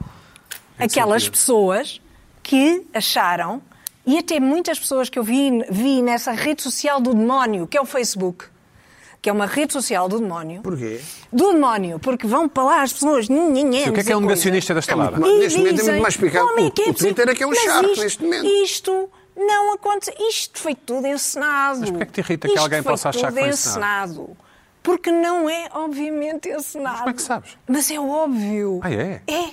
S2: Aquelas pessoas que acharam, e até muitas pessoas que eu vi, vi nessa rede social do demónio, que é o Facebook, que é uma rede social do demónio,
S3: Porquê?
S2: do demónio, porque vão para lá as pessoas.
S1: Sim, o que é que é um negacionista da estalada?
S3: muito mal. Neste momento é muito mais picado.
S2: Como é que é
S3: O- o Twitter é que é um
S2: possível?" Mas
S3: charco
S2: isto-
S3: neste momento.
S2: Isto não acontece. Isto foi tudo encenado. Mas
S1: porquê é que te irrita que alguém possa achar que foi encenado?
S2: Porque não é, obviamente, encenado. Mas
S1: como é que sabes?
S2: Mas é óbvio.
S1: Ah, é?
S2: É.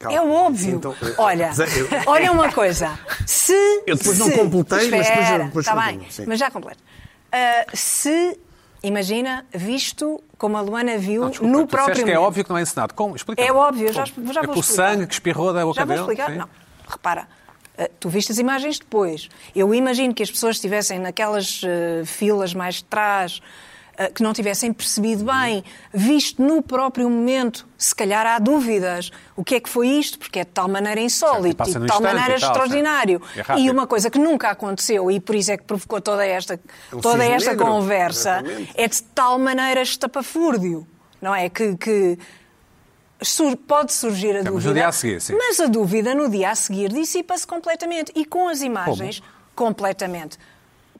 S3: Calma.
S2: É óbvio.
S3: Então, eu-
S2: olha,
S3: Mas é- eu-
S2: olha uma coisa. Se.
S3: Eu depois não
S2: se-
S3: completei, mas depois-
S2: Espera,
S3: depois
S2: tá
S3: continuo,
S2: bem,
S3: sim.
S2: mas já completo. Ah, se, imagina, visto como a Luana viu
S1: Não, desculpa,
S2: no
S1: tu disseste
S2: próprio.
S1: que é
S2: momento.
S1: óbvio que não é ensinado. Como? Explica.
S2: É óbvio, já, já vou
S1: É
S2: explicar.
S1: pelo sangue que espirrou da boca
S2: Já vou
S1: dele.
S2: explicar,
S1: sim.
S2: não. Repara, eh, tu viste as imagens depois. Eu imagino que as pessoas estivessem naquelas eh, filas mais de trás, eh, que não tivessem percebido
S1: Uhum.
S2: bem, visto no próprio momento, se calhar há dúvidas. O que é que foi isto? Porque é de tal maneira
S1: Certo, e
S2: insólito
S1: passa
S2: e de
S1: num
S2: tal
S1: instante
S2: maneira
S1: e tal, certo.
S2: extraordinário.
S1: É rápido.
S2: e uma coisa que nunca aconteceu e por isso é que provocou toda esta,
S3: um
S2: toda
S3: cisne
S2: esta
S3: negro,
S2: conversa
S3: exatamente.
S2: é de tal maneira estapafúrdio, não é? Que, que sur- pode surgir a
S1: Mas no
S2: dúvida.
S1: dia a seguir, sim.
S2: Mas a dúvida no dia a seguir dissipa-se completamente. E com as imagens, completamente.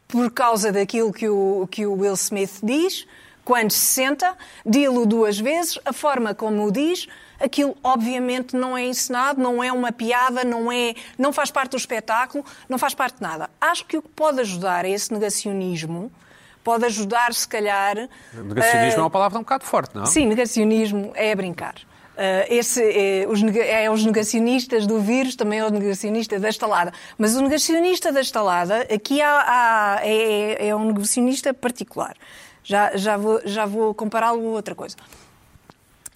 S2: Por causa daquilo que o, que o Will Smith diz, quando se senta, dilo duas vezes, a forma como o diz, aquilo obviamente não é ensinado, não é uma piada, não, é, não faz parte do espetáculo, não faz parte de nada. Acho que o que pode ajudar a esse negacionismo pode ajudar, se calhar. Eh,
S1: Negacionismo é uma palavra um bocado forte, não?
S2: Sim, negacionismo é a brincar. Ah, esse é os, nega- é os negacionistas do vírus, também é o negacionista da estalada. Mas o negacionista da estalada, aqui há, há- é, é- é um negacionista particular. Já, já vou, já vou compará-lo a outra coisa.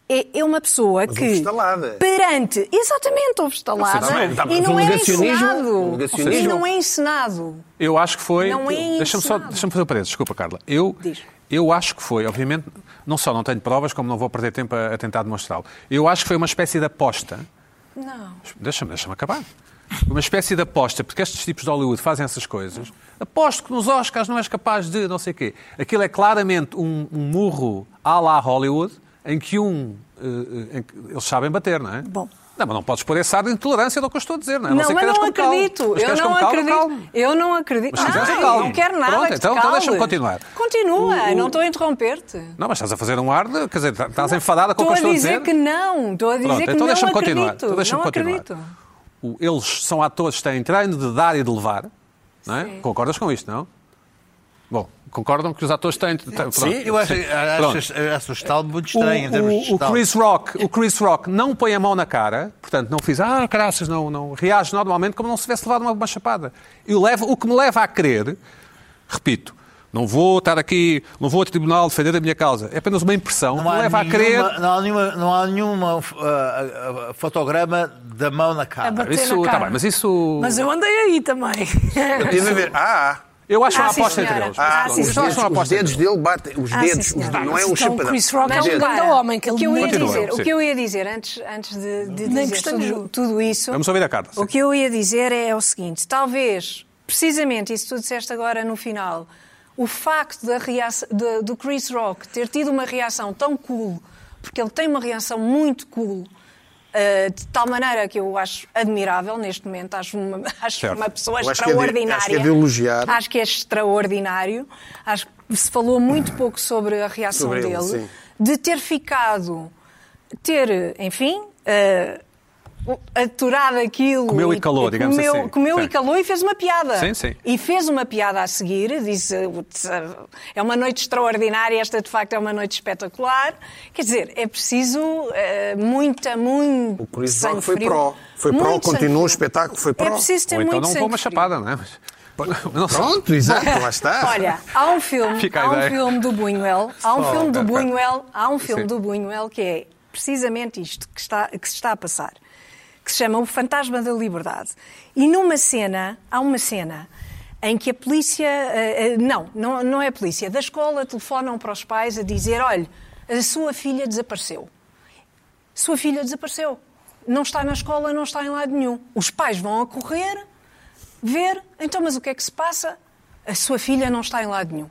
S2: é, é uma pessoa
S3: Mas
S2: que.
S3: houve estalada.
S2: Perante. Exatamente, houve estalada.
S3: Está bem, está bem.
S2: e não
S3: Mas o
S2: é
S3: negacionismo- o
S2: ensinado.
S3: negacionismo-
S2: E não é ensinado.
S1: Eu acho que foi.
S2: Não é
S1: Deixa-me só
S2: ensinado.
S1: deixa fazer o parênteses, desculpa, Carla. Eu,
S2: Diz.
S1: eu acho que foi, obviamente, não só não tenho provas, como não vou perder tempo a, a tentar demonstrá-lo. Eu acho que foi uma espécie de aposta.
S2: Não.
S1: Deixa-me deixa acabar. Uma espécie de aposta, porque estes tipos de Hollywood fazem essas coisas. Aposto que nos Oscars não és capaz de não sei o quê. Aquilo é claramente um, um murro à la Hollywood em que um. eh, eh, em que eles sabem bater, não é?
S2: Bom.
S1: Não, mas não podes pôr esse ar de intolerância do que eu estou a dizer, não é? A
S2: Não,
S1: ser que
S2: mas
S1: queiras
S2: não
S1: com calma.
S2: acredito.
S1: Mas
S2: Eu
S1: queiras
S2: não
S1: com calma,
S2: acredito.
S1: calma.
S2: Eu não acredito.
S1: Mas se quiseres,
S2: Ai,
S1: eu calmo.
S2: não quero nada.
S1: Pronto,
S2: que te
S1: então- então deixa-me
S2: cales.
S1: continuar.
S2: Continua,
S1: O- o-
S2: não estou a interromper-te.
S1: Não, mas estás a fazer um ar de. Quer dizer, estás enfadada com o
S2: Estou
S1: que eu
S2: a
S1: estou a dizer.
S2: dizer que não. Estou a dizer
S1: Pronto,
S2: que
S1: então
S2: não
S1: deixa-me continuar.
S2: acredito.
S1: Então deixa-me
S2: não
S1: continuar.
S2: acredito.
S1: O- Eles são atores que têm treino de dar e de levar. Não é? Concordas com isto, não? Bom, concordam que os atores têm. têm- pronto.
S7: Sim, eu acho,
S4: eh,
S1: Sim.
S7: acho,
S1: Pronto.
S7: acho, acho o estalo muito
S1: O-
S7: estranho em termos de
S1: o, o
S7: estalo.
S1: Chris Rock, o Chris Rock não põe a mão na cara, portanto não fiz, ah, graças, não, não reage normalmente como não se tivesse levado uma, uma chapada. E levo, o que me leva a crer, repito, não vou estar aqui, não vou a tribunal defender a minha causa, é apenas uma impressão que me leva a crer.
S7: nenhuma, não há nenhuma, não há nenhuma
S4: eh,
S7: ah, ah, fotograma da mão na
S2: É
S5: A
S7: cara.
S5: bater
S1: Isso,
S5: na
S1: tá
S5: cara.
S1: bem, mas isso-
S5: Mas eu andei aí também.
S3: Deve haver. Ah,
S1: Eu acho
S2: Ah,
S1: uma
S2: sim,
S1: aposta
S2: senhora.
S1: entre eles.
S2: Ah, sim,
S3: ah, os
S2: senhora.
S3: dedos,
S1: Só uma
S3: os
S1: aposta
S3: dedos
S1: entre eles.
S3: dele batem. Os
S2: Ah,
S3: dedos,
S2: sim,
S3: os-
S2: senhora.
S3: não é um
S5: Então,
S3: chapadão.
S5: Chris Rock é
S3: Os
S5: um
S3: dedos.
S5: grande
S2: Para.
S5: homem,
S2: o
S5: que ele
S2: que eu ia
S1: Continua,
S2: dizer, o
S1: sim.
S2: que eu ia dizer antes, antes de, de
S5: Nem
S2: dizer
S5: gostando
S2: tudo,
S5: de-
S2: tudo isso,
S1: Vamos ouvir a Carla. sim.
S2: o que eu ia dizer é o seguinte: talvez, precisamente isso que tu disseste agora no final, o facto da reação, de- do Chris Rock ter tido uma reação tão cool, porque ele tem uma reação muito cool. eh, de tal maneira que eu acho admirável neste momento, acho uma, acho
S1: Certo.
S2: uma pessoa
S3: Eu acho que é de-
S2: extraordinária.
S3: acho que é de elogiar.
S2: Acho que é extraordinário. Acho que se falou muito pouco sobre a reação
S3: Sobre ele,
S2: dele.
S3: sim.
S2: De ter ficado, ter, enfim, eh, aturado aquilo.
S1: Comeu e calou, digamos
S2: comeu,
S1: assim.
S2: Comeu
S1: Sim.
S2: e calou e fez uma piada.
S1: Sim, sim.
S2: E fez uma piada a seguir, disse é uma noite extraordinária, esta de facto é uma noite espetacular. Quer dizer, é preciso eh, muita, muito.
S3: O Chris
S2: sangue
S3: Rock foi
S2: frio.
S3: pró. Foi pró,
S2: Muito sangue
S3: continuou o
S2: frio.
S3: espetáculo, foi
S2: É
S3: pró.
S2: preciso ter
S1: Ou então
S2: muito
S1: não
S2: sangue
S1: vou uma
S2: frio.
S1: chapada, não é? Mas- Não sei.
S3: Pronto, exato, lá está.
S2: Olha, há um filme,
S1: Fica a
S2: há um
S1: ideia.
S2: filme do Buñuel, há um filme do
S1: pera, pera.
S2: Buñuel, há um filme
S1: Sim.
S2: do Buñuel que é precisamente isto que está que se está a passar, que se chama O Fantasma da Liberdade. E numa cena, há uma cena em que a polícia, eh, eh, não, não, não é a polícia, da escola telefonam para os pais a dizer, olha, a sua filha desapareceu sua filha desapareceu. Não está na escola, não está em lado nenhum. Os pais vão a correr, ver, então, mas o que é que se passa? A sua filha não está em lado nenhum.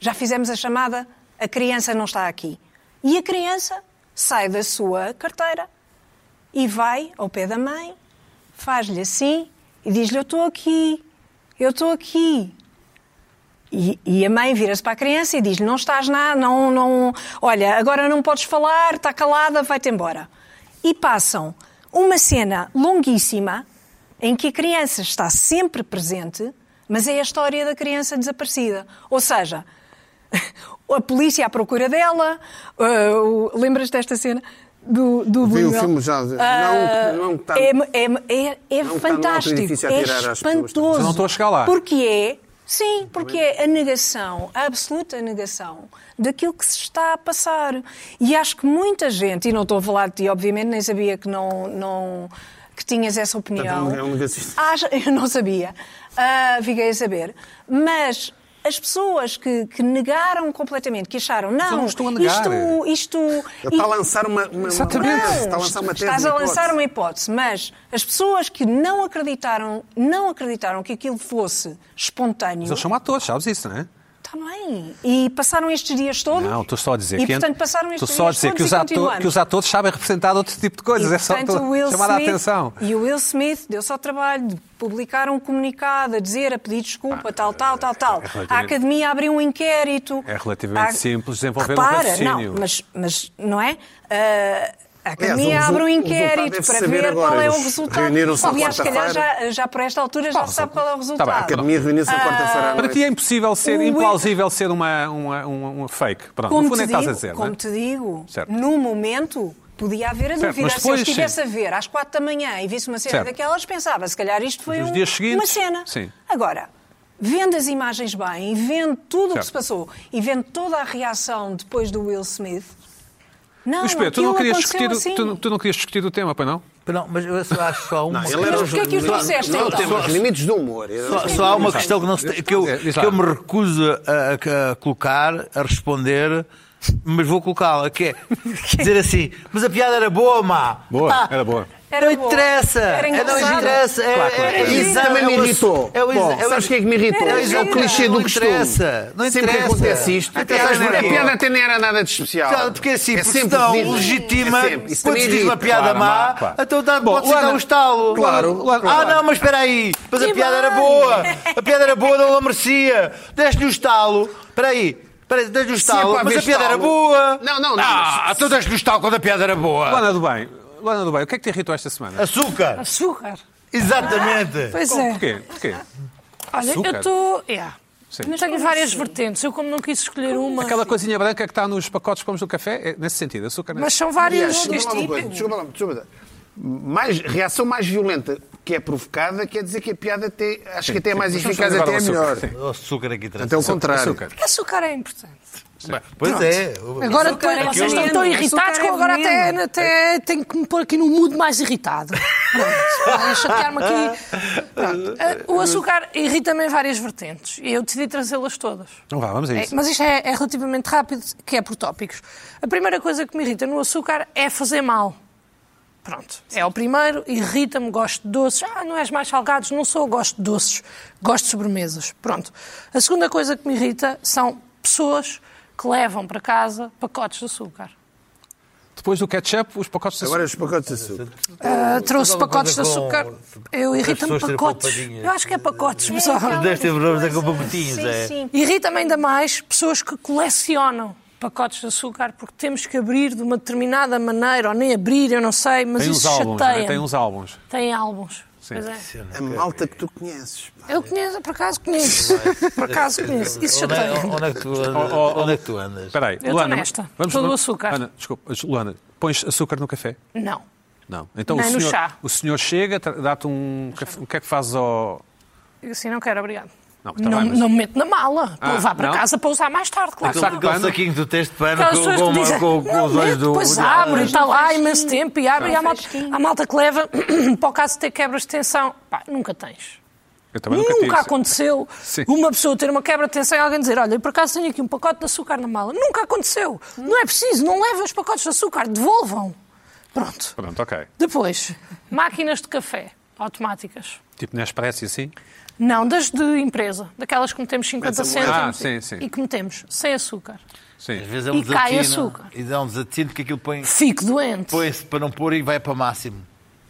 S2: Já fizemos a chamada, a criança não está aqui. E a criança sai da sua carteira e vai ao pé da mãe, faz-lhe assim e diz-lhe: Eu estou aqui, eu estou aqui. E, e a mãe vira-se para a criança e diz-lhe: Não estás na, não, não, olha, agora não podes falar, está calada, vai-te embora. E passam uma cena longuíssima em que a criança está sempre presente, mas é a história da criança desaparecida. Ou seja, a polícia à procura dela. eh, o- Lembras desta cena? Do, do
S3: Vi o
S2: Buñuel?
S3: filme já. Não,
S2: Ah,
S3: não está-
S2: é, é, é, é
S3: Não está no alto
S2: fantástico,
S3: edifício a
S2: é
S3: tirar às pessoas.
S2: espantoso.
S1: Mas eu não estou a chegar lá.
S2: Porque é, sim, porque é a negação, a absoluta negação daquilo que se está a passar. E acho que muita gente, e não estou a falar de ti, obviamente, nem sabia que não. não que tinhas essa opinião.
S3: Portanto, é um negacista.
S2: Acho- eu não sabia, Ah, fiquei a saber. Mas as pessoas que, que negaram completamente, que acharam, não,
S1: eu não estou a negar.
S2: isto, isto.
S3: Ele está a lançar uma, uma, uma
S1: Exatamente.
S3: tese,
S2: Não,
S3: está a lançar uma tese.
S2: Estás a
S3: uma
S2: lançar
S3: hipótese.
S2: uma hipótese, mas as pessoas que não acreditaram, não acreditaram que aquilo fosse espontâneo,
S1: Eles são atores, sabes isso, não é?
S2: está bem. E passaram estes dias todos.
S1: Não, estou só a dizer
S2: e,
S1: que
S2: portanto, passaram
S1: estou
S2: estes
S1: só a
S2: dias
S1: dizer que
S2: todos
S1: os,
S2: e
S1: ato-
S2: continuamos.
S1: que os atores sabem representar outro tipo de coisas.
S2: E,
S1: é só
S2: portanto,
S1: tô-
S2: o Will
S1: chamar
S2: Smith-
S1: a atenção.
S2: E o Will Smith deu-se ao trabalho de publicar um comunicado a dizer, a pedir desculpa, tal, tal, tal, tal.
S1: É relativamente-
S2: a Academia abriu um inquérito.
S1: É relativamente
S2: A-
S1: simples desenvolver um
S2: Repara,
S1: raciocínio.
S2: Não, mas, mas não é? Ah, a Academia
S3: Aliás, o
S2: abre um
S3: resu- o resultado
S2: inquérito
S3: deve-se
S2: para
S3: saber
S2: ver
S3: agora.
S2: qual é o
S3: Eles
S2: resultado.
S3: reuniram-se na
S2: Aliás, se calhar já,
S3: quarta-feira.
S2: já por esta altura já se sabe qual é o
S1: Tá bem,
S2: resultado.
S3: A academia reuniu-se na quarta-feira
S1: Para
S3: à
S1: ti
S3: noite.
S1: é impossível ser,
S2: O Will-
S1: implausível ser uma, uma, uma, uma fake. Pronto, no
S2: Como
S1: fundo
S2: te
S1: é que estás
S2: digo,
S1: a dizer, não
S2: como
S1: é?
S2: te digo
S1: Certo.
S2: no momento podia haver a
S1: Certo,
S2: dúvida.
S1: mas
S2: se eu
S1: depois,
S2: estivesse
S1: sim.
S2: a ver às quatro da manhã e visse uma cena
S1: Certo.
S2: daquelas, pensava, se calhar isto foi
S1: Nos
S2: um-
S1: dias seguintes,
S2: uma cena.
S1: sim.
S2: Agora, vendo as imagens bem, e vendo tudo o que
S1: Certo.
S2: se passou, e vendo toda a reação depois do Will Smith, Não,
S1: Luís Pedro, tu não,
S2: aquilo
S1: querias
S2: aconteceu
S1: discutir, o-
S2: assim.
S1: tu, não- tu não querias discutir o tema, pois não?
S4: Não, mas eu só acho só uma
S3: Não,
S4: coisa.
S3: ele era
S1: um
S2: Mas porquê é que os
S3: jornalista.
S2: disseste,
S3: Não,
S2: então?
S3: tem os limites do humor. Eu-
S4: Só, só há uma questão que, não se- que eu,
S1: É, diz
S4: que
S1: lá.
S4: eu me recuso a, a- a colocar, a responder, mas vou colocá-la, que é dizer assim, mas a piada era boa ou má?
S1: Boa,
S2: Ah.
S4: Epá,
S1: era boa.
S2: Era
S4: não
S2: boa.
S4: interessa,
S2: Era
S4: é, não
S2: engraçada.
S4: interessa. É,
S1: Claro, claro,
S4: é,
S1: claro.
S4: é,
S3: Isso
S4: exame,
S3: também me
S4: é o-
S3: irritou.
S4: É o, exa-
S3: Bom,
S4: é o,
S3: sabes o que é que me irritou?
S2: É o
S3: É o
S2: exame.
S3: clichê do
S4: Não
S3: costume.
S4: interessa, não
S3: Sempre que
S4: interessa.
S3: acontece isto,
S4: Não
S3: a
S4: interessa, não é
S3: piada
S4: boa.
S3: até nem era nada de especial.
S4: Claro, porque assim,
S3: É
S4: porque
S3: sempre
S4: senão
S3: devido.
S4: legitima,
S3: É sempre. Isso
S4: quando se
S3: também
S4: diz uma
S3: irrita.
S4: piada
S1: Claro,
S4: má,
S1: claro.
S4: então dá,
S1: Bom,
S4: pode-se dar
S1: Luana,
S4: um estalo.
S1: claro, Luana,
S4: ah,
S1: claro.
S4: não, mas espera aí, mas a
S2: E
S4: piada era
S2: bem.
S4: boa, a piada era boa, não a merecia. Deste-lhe o estalo, espera aí, espera aí, deste-lhe o
S3: é
S4: estalo,
S3: para
S4: mas
S3: haver
S4: a piada era
S3: estalo.
S4: boa.
S3: Não, não, não.
S4: Ah, então deste-lhe o estalo quando a piada era boa.
S1: Luana do Bem, Luana do Bem, o que é que te irritou esta semana?
S4: Açúcar,
S5: Açúcar.
S4: exatamente.
S2: Pois é.
S1: Porquê? Porquê?
S5: Olha,
S1: Açúcar?
S5: eu estou. Yeah.
S1: Sim.
S5: Tenho várias vertentes. Eu, como não quis escolher uma.
S1: Aquela coisinha branca que está nos pacotes que pomos no café, é nesse sentido, açúcar. né?
S5: Mas são várias.
S3: Aliás, diga-me
S5: este
S3: lá uma
S5: tipo-
S3: coisa, desculpa lá, desculpa lá. Mais, reação mais violenta que é provocada quer dizer que a piada até, acho que até é mais
S1: Mas vamos
S3: eficaz,
S1: levar
S3: até
S1: o
S3: é
S1: açúcar,
S3: melhor.
S1: sim.
S7: Açúcar aqui atrás.
S3: Até o contrário.
S1: Açúcar.
S5: Porque açúcar é importante.
S3: Então,
S7: Pois é.
S5: Agora depois,
S2: é
S5: vocês estão
S2: veneno.
S5: tão irritados
S2: Açúcar
S5: que eu
S2: é
S5: agora até,
S2: veneno.
S5: até tenho que me pôr aqui num mood mais irritado. Pronto, para chatear-me aqui. Pronto. Ah, O açúcar irrita-me em várias vertentes. E eu decidi trazê-las todas.
S1: Não Então vá, vamos a
S5: É,
S1: isso.
S5: mas isto é, é relativamente rápido, que é por tópicos. A primeira coisa que me irrita no açúcar é fazer mal. Pronto, é o primeiro, irrita-me, gosto de doces. Ah, não és mais salgados? Não sou, gosto de doces, gosto de sobremesas. Pronto. A segunda coisa que me irrita são pessoas que levam para casa pacotes de açúcar.
S1: Depois do ketchup, os pacotes de açúcar.
S3: Agora os pacotes de açúcar.
S5: Ah, trouxe
S7: alguma
S5: pacotes de
S7: coisa com-
S5: açúcar. Eu irrita-me
S7: pessoas terem
S5: pacotes.
S7: poupadinhas.
S5: Eu acho que é pacotes, pessoal.
S7: Deve ter problemas é com bobotinhas,
S2: Sim,
S7: é.
S2: sim.
S5: Irrita-me ainda mais pessoas que colecionam pacotes de açúcar porque temos que abrir de uma determinada maneira, ou nem abrir, eu não sei, mas
S1: Tem uns
S5: isso
S1: álbuns, não é?
S5: chateia.
S1: Tem uns álbuns.
S5: Tem álbuns.
S1: Sim.
S5: Pois é.
S3: A malta que tu conheces. pá.
S5: Eu conheço, por acaso conheço. por acaso conheço. Isso
S7: Onde é,
S5: chateia.
S7: onde é que tu,
S1: oh, oh.
S7: onde é que tu andas?
S1: Espera aí,
S5: Eu
S1: Luana.
S5: estou nesta. Estou do açúcar.
S1: Ana, desculpa, Luana, pões açúcar no café?
S5: Não.
S1: Não. Então
S5: Nem
S1: o
S5: no
S1: senhor,
S5: chá.
S1: O senhor chega, tra- dá-te um. café- O que é que fazes ao.
S5: Eu assim não quero, obrigado.
S1: Não,
S5: Não,
S1: tá bem, mas-
S5: não me meto na mala para
S1: Ah,
S5: levar para
S1: não? Então,
S5: casa para usar mais tarde, claro.
S1: Aquele-
S5: que
S1: aquele
S5: não.
S7: Aquele saquinho que tu tens de pano
S5: Aquelas pessoas que dizem,
S7: com, com, com os
S5: "Não,
S7: olhos
S5: mete,
S7: do...
S5: depois
S7: do-
S5: abre, está lá há imenso tempo e abre. E há
S2: Não
S5: malta,
S2: faz fim.
S5: há malta que leva, para o caso de ter quebras de tensão, pá, nunca tens.
S1: Eu também
S5: Nunca,
S1: nunca tive.
S5: aconteceu
S1: Sim.
S5: uma pessoa ter uma quebra de tensão e alguém dizer: Olha, eu por acaso tenho aqui um pacote de açúcar na mala. Nunca aconteceu. Não é preciso, não levem os pacotes de açúcar, devolvam. Pronto.
S1: Pronto, ok.
S5: Depois, máquinas de café automáticas.
S1: Tipo Nespresso e assim?
S5: Não, das de empresa, daquelas que metemos 50
S3: Metam lá.
S5: cêntimos
S1: Ah, sim, sim.
S5: e que metemos sem açúcar.
S1: Sim.
S7: Às vezes é
S5: E
S7: um
S5: cai
S7: desatino.
S5: açúcar.
S7: E dá um desatino que aquilo põe-
S5: Fico doente.
S7: põe-se para não pôr e vai para máximo.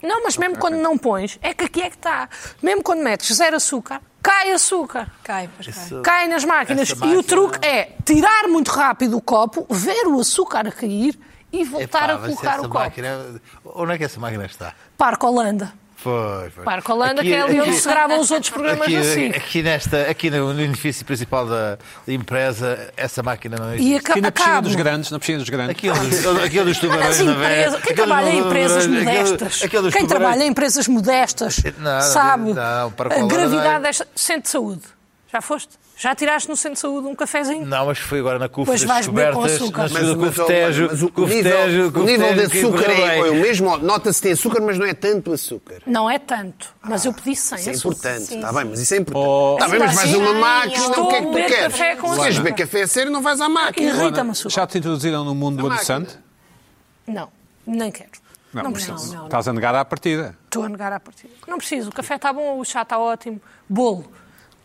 S5: Não, mas mesmo quando não pões, é que aqui é que está. Mesmo quando metes zero açúcar, cai açúcar.
S2: Cai, pois cai.
S5: Cai nas máquinas.
S7: Essa
S5: E
S7: máquina-
S5: o truque é tirar muito rápido o copo, ver o açúcar a cair e voltar
S7: Epá,
S5: a
S7: mas
S5: colocar
S7: essa
S5: o copo.
S7: máquina- Onde é que essa máquina está?
S5: Parque Holanda.
S7: Foi, foi.
S5: Parque Holanda, que é ali onde se gravam os outros programas
S7: aqui, é
S5: assim.
S7: aqui nesta, aqui no no edifício principal da da empresa, essa máquina não
S5: E
S7: existe.
S5: aca
S1: Aqui na piscina
S5: acabo.
S1: dos grandes, na piscina dos grandes.
S7: Aquilo, aquilo dos tubarões
S5: As
S7: na veia.
S5: empresas, quem
S7: aquele
S5: trabalha em
S7: dos
S5: empresas
S7: tubarões- aquele-
S5: modestas,
S7: aquele dos
S5: quem
S7: tubarões-
S5: trabalha em empresas modestas,
S7: Não,
S5: sabe
S7: não, é. para
S5: a
S7: falar
S5: gravidade
S7: bem.
S5: desta. Centro de saúde. Já foste? Já tiraste no centro de saúde um cafezinho?
S7: Não, mas foi agora na CUF
S5: Pois
S7: das
S5: vais beber com
S7: descobertas,
S5: açúcar.
S7: na
S5: Mas-
S7: segunda
S3: mas,
S7: CUF Tejo,
S3: mas o,
S7: CUF
S3: nível,
S7: Tejo,
S3: o
S7: CUF
S3: nível de
S7: Tejo, que
S3: açúcar
S7: correu
S3: é,
S7: bem.
S3: é o mesmo. Nota-se que tem açúcar, mas não é tanto açúcar.
S5: Não é tanto, mas eu pedi sem
S3: Isso é
S5: Ah, açúcar.
S3: importante,
S2: Sim,
S3: está
S2: sim.
S3: bem, mas isso é
S1: Oh.
S3: importante. Está bem, mas vais a
S5: Sim,
S3: uma
S5: sim.
S3: máquina,
S5: Estou
S3: o que é que
S5: a
S3: tu
S5: beber
S3: queres?
S5: café com
S3: Se queres
S5: açúcar.
S3: beber café a sério, não vais à máquina.
S5: Irrita-me açúcar.
S1: Já te introduziram no mundo do adoçante?
S5: Não, nem quero. Não, preciso.
S1: estás- Estás a negar à partida.
S5: Estou a negar à partida. Não preciso. O café está bom, o chá está ótimo. Bolo.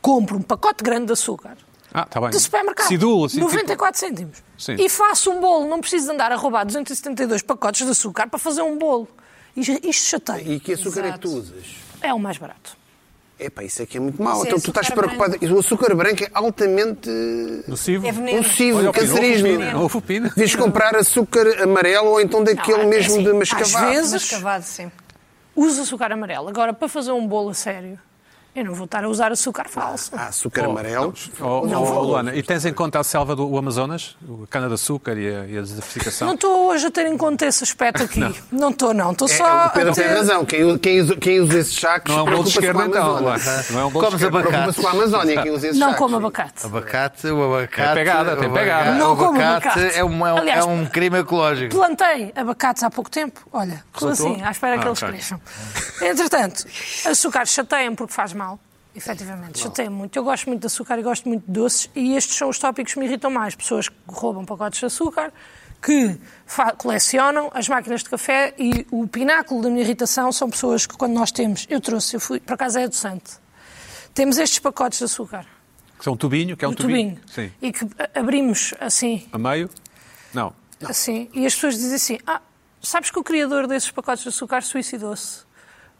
S5: Compro um pacote grande de açúcar.
S1: Ah, está bem.
S5: De supermercado.
S1: Sidul, assim, tipo-
S5: 94 cêntimos.
S1: Sim.
S5: E faço um bolo. Não preciso de andar a roubar 272 pacotes de açúcar para fazer um bolo. Isto, isto chateia.
S3: E que açúcar é que tu usas?
S5: É o mais barato.
S3: Epá, isso é que é muito mau.
S2: Isso é
S3: Então tu estás
S2: açúcar
S3: preocupado. O açúcar branco é altamente
S1: Nocivo?
S2: É veneno.
S3: nocivo,
S1: Olha, Pina,
S3: cancerígeno.
S1: Houve o Pina. houve o Pina.
S3: Deves comprar açúcar amarelo ou então daquele
S5: é
S3: mesmo
S5: assim,
S3: de
S5: às
S3: mascavado.
S5: vezes-
S2: Mas cavado sempre.
S5: Uso açúcar amarelo. Agora, para fazer um bolo a sério, Eu não vou estar a usar açúcar
S1: Ah,
S5: falso.
S3: Há Ah, açúcar amarelo.
S1: Oh, oh, Luana, e tens em conta a selva do Amazonas? A cana-de-açúcar e a, e a
S5: Não
S1: desertificação?
S5: estou hoje a ter em conta esse aspecto aqui. Não estou, não. Estou
S3: É,
S5: só. a
S3: o Pedro tem
S5: ter-
S3: razão. Quem, quem usa, quem usa esses sacos
S1: Não é um gol de
S3: preocupa-se com
S1: esquerda,
S3: a
S1: então,
S3: Amazónia.
S1: Luana. Não é um gol de
S7: Comes
S1: esquerda.
S7: abacate.
S3: Preocupa-se com a Amazónia. Quem usa esses
S5: Não
S3: sacos.
S5: como abacate.
S7: Abacate, o abacate.
S1: Tem pegada, tem
S7: o
S1: pegada.
S7: abacate-
S5: Não
S7: o
S5: como abacate.
S7: é um, é um,
S5: Aliás,
S7: é um crime ecológico.
S5: Plantei abacates há pouco tempo. Olha, estou
S1: Resultou?
S5: assim, à espera que
S1: Ah,
S5: eles
S1: ok.
S5: cresçam. Entretanto, açúcar chateia-me porque faz mal. Efetivamente, chateia-me muito. Eu gosto muito de açúcar e gosto muito de doces e estes são os tópicos que me irritam mais. Pessoas que roubam pacotes de açúcar, que fa- colecionam as máquinas de café e o pináculo da minha irritação são pessoas que quando nós temos, eu trouxe, eu fui, para casa é adoçante, temos estes pacotes de açúcar,
S1: Que é um tubinho, que é um
S5: do tubinho,
S1: Sim.
S5: e que a- abrimos assim
S1: A meio? Não.
S5: Assim, e as pessoas dizem assim: ah, sabes que o criador desses pacotes de açúcar suicidou-se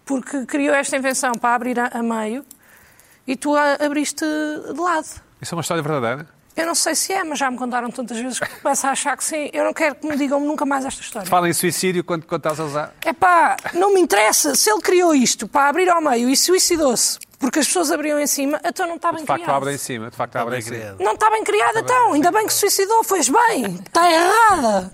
S5: porque criou esta invenção para abrir a, a meio e tu a abriste de lado.
S1: Isso é uma história verdadeira?
S5: Eu não sei se é, mas já me contaram tantas vezes que começo a achar que sim. Eu não quero que me digam nunca mais esta história.
S1: Fala em suicídio quando, quando estás a usar.
S5: É pá, não me interessa se ele criou isto para abrir ao meio e suicidou-se porque as pessoas abriam em cima, então não está bem
S1: De facto,
S5: criado.
S1: abre em cima. De facto, abre em cima.
S5: Não está bem criada, então. Ainda bem que se suicidou. Fez bem. Está errada.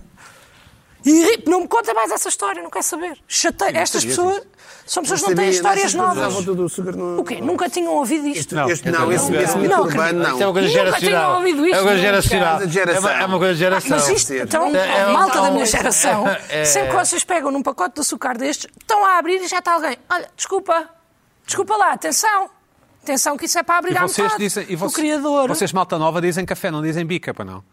S5: E não me conta mais essa história. Não quero saber. Chatei. Estas pessoas são pessoas que não têm
S3: Sabia,
S5: histórias
S3: essas pessoas
S5: novas.
S3: usavam tudo o açúcar no-
S5: O quê? Nunca tinham ouvido isto? Ah,
S1: Não. é um
S3: Este, não, esse,
S5: Não,
S3: esse mito
S5: não,
S7: Isto
S3: urbano
S7: é uma
S3: não.
S7: coisa
S5: Nunca tinha
S7: geracional.
S5: ouvido isto
S7: é uma coisa
S5: nunca.
S7: geracional. É uma, é uma coisa geracional.
S5: Mas isto, então,
S7: É, é um-
S5: malta da minha
S7: é-
S5: geração,
S7: é-
S5: sempre que vocês pegam num pacote de açúcar destes, estão a abrir e já está alguém. Olha, desculpa, desculpa lá, atenção, atenção que isso é para abrir
S1: E
S5: à
S1: vocês
S5: metade.
S1: dizem. E
S5: O
S1: vocês,
S5: criador.
S1: Vocês, malta nova, dizem café, não dizem bica, para não.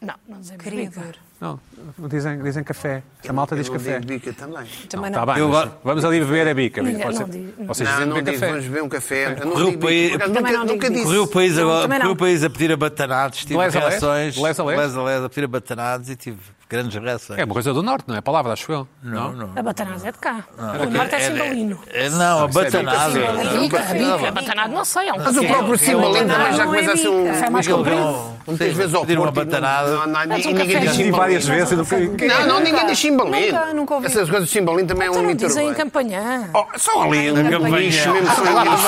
S5: Não, não dizemos
S2: Criador.
S1: Não, dizem, dizem café. A malta diz
S3: Eu
S1: café.
S3: digo bica também.
S2: Também
S1: Está
S2: não.
S1: tá bem,
S7: Eu
S1: mas
S7: go-
S1: vamos ali beber a bica.
S5: Não,
S1: pode
S5: não
S1: ser.
S5: digo.
S1: Vocês
S3: Não,
S1: dizem
S3: não
S1: beber
S3: digo,
S1: café.
S3: vamos beber um café. Eu não
S7: Correu
S3: digo
S7: para
S3: bica,
S7: aí-
S3: por acaso,
S2: Também
S3: nunca,
S2: não digo
S3: nunca
S5: é
S3: disse.
S2: bica.
S7: Correu o país
S2: Não,
S7: agora,
S2: também
S7: correu
S2: não.
S7: o país a pedir abatanados, tive
S1: Lés a lés?
S7: reações.
S1: Lés a lés?
S7: a pedir abatanados e tive grandes reações.
S1: É uma coisa do norte, não é? A palavra, acho eu. Não, não.
S5: A Batanada é de cá. O norte é cimbalino.
S7: É, não, abatanado.
S5: Bica, bica. A Batanada não sei, é um
S3: Mas o próprio simbolismo também já
S2: Não é
S3: começa a ser um.
S5: bica. É mais
S7: Miguel
S5: comprido.
S7: Gão,
S3: Muitas
S7: sim,
S3: vezes ao
S7: pedir uma
S3: Porto e
S7: batanada.
S3: não- não há
S5: Mas um
S3: ninguém
S5: café
S3: diz
S5: de
S1: Digo
S3: simbolismo.
S1: várias vezes. Não,
S3: Não, não, ninguém diz simbolismo.
S2: Nunca, nunca ouvi.
S3: Essas coisas de simbolismo também é um
S5: Então não
S3: mito
S5: dizem em
S3: urbano.
S5: campanhã.
S3: Oh, Só ali, um nicho mesmo, só um nicho.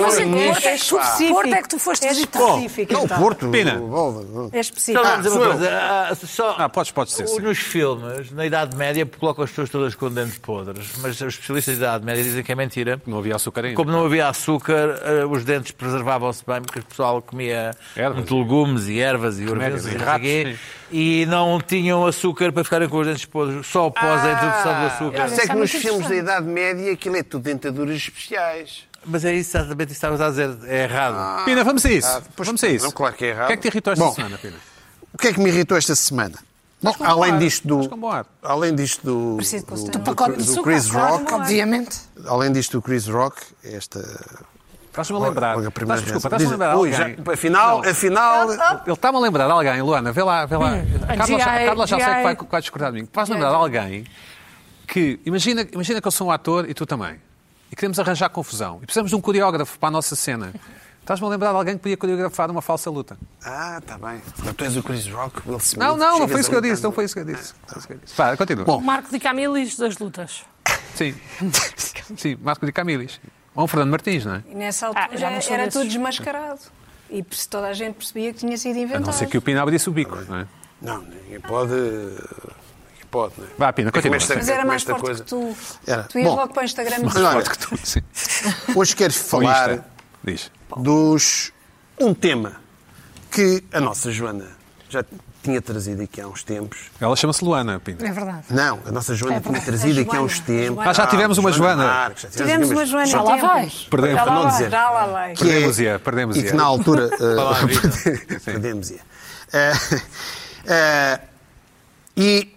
S5: Mas em
S3: nicho,
S5: Porto
S3: pá.
S5: é específico. Porto é que tu foste
S2: É
S5: visitar.
S2: específico.
S3: Não, o
S5: Tá.
S2: então.
S3: Porto.
S1: Pina.
S3: o Volvo,
S2: É
S7: Então
S2: específico.
S7: vamos dizer
S3: sou
S7: uma
S3: eu.
S7: coisa. ah, só-
S1: Ah, podes- podes dizer,
S7: o-
S1: sim.
S7: Nos filmes, na Idade Média, colocam as pessoas todas com dentes podres, mas os especialistas da Idade Média dizem que é mentira.
S1: não havia açúcar ainda.
S7: Como não havia açúcar, eh, os dentes preservavam-se bem, porque o pessoal comia
S1: Ervas.
S7: muito legumes e ervas e urvas e
S1: e
S7: ratos,
S1: ratos,
S7: e não tinham açúcar para ficarem com os dentes podres, só após
S5: Ah,
S7: a introdução do açúcar.
S3: Eu sei que
S5: é muito
S3: nos filmes da
S5: interessante.
S3: Idade Média aquilo é tudo dentaduras especiais.
S7: Mas é isso exatamente isso que estavas a dizer, é errado.
S1: Pina, vamos a isso.
S3: depois-
S1: vamos a isso.
S3: Ah, Não, claro que é errado.
S1: O que é que te irritou esta
S3: Bom.
S1: semana, Pina?
S3: O que é que me irritou esta semana? Bom,
S1: com
S3: além
S1: ar,
S3: disto
S1: mas com bom
S3: do.
S1: ar.
S3: Além disto do.
S2: Preciso de
S3: do-
S2: pastel.
S3: do-
S2: Do
S5: Pacote de
S3: do
S5: açúcar,
S3: Chris
S5: claro, é?
S3: Rock.
S5: Obviamente.
S3: Além disto do Chris Rock, esta.
S1: Estás-me a lembrar.
S3: logo a primeira
S1: Estás- desculpa,
S3: reação.
S1: estás-me a lembrar
S3: Ui,
S1: alguém.
S3: já- afinal, afinal.
S1: Ele está-me a lembrar de alguém, Luana, vê lá, vê lá. Hum, a Carla, já- a
S5: GI,
S1: Carla já sei que vai,
S5: GI.
S1: vai discordar de mim. Vais lembrar de alguém que, imagina, imagina que eu sou um ator e tu também, e queremos arranjar confusão, e precisamos de um coreógrafo para a nossa cena. Estás-me a lembrar de alguém que podia coreografar uma falsa luta.
S3: Ah, está bem. Então tu és o Chris Rock, Will Smith.
S1: Não, não, não
S3: chegas um
S1: foi isso que eu
S3: ali-
S1: disse, não foi isso que eu disse. Não foi isso que eu disse. Vá, continua.
S5: O
S1: Bom,
S5: Marco de Camilis das lutas.
S1: sim. Sim, Marco de Camilis. Ou um Fernando Martins, não é?
S2: E nessa
S5: Ah,
S2: altura
S5: já não sou
S2: era
S5: desses.
S2: tudo desmascarado. E perce- toda a gente percebia que tinha sido
S1: A
S2: inventado.
S1: não ser que o Pina abrisse o bico, não é?
S3: Não, ninguém pode. Ninguém pode, não é?
S1: Vá, Pina, continua.
S3: Começa-
S2: Mas era
S3: com
S2: mais
S3: esta
S2: forte
S3: coisa.
S2: que tu.
S3: Era.
S2: Tu ias
S3: Bom.
S2: logo para o Instagram e
S3: Mas olha,
S1: Sim.
S3: hoje quero falar
S1: Diz.
S3: dos. Um tema que a nossa Joana já tinha trazido aqui há uns tempos.
S1: Ela chama-se Luana, Pina.
S5: É verdade.
S3: Não, a nossa Joana tinha
S5: verdade.
S3: trazido
S2: É, A
S3: aqui há uns
S2: Joana, a
S3: tempos.
S2: Joana. Ah,
S1: já tivemos uma Joana.
S3: Marques, já
S2: Tivemos
S3: aqui
S2: uma Joana
S5: Já lá
S2: Tempos.
S5: vai.
S1: Perdemos.
S5: Já lá
S3: Não
S5: vai.
S3: dizer.
S2: Já lá vai.
S3: Que é-
S1: Perdemos-ia, perdemos-ia.
S3: E que na altura. eh, Perdemos-ia. Eh, eh, E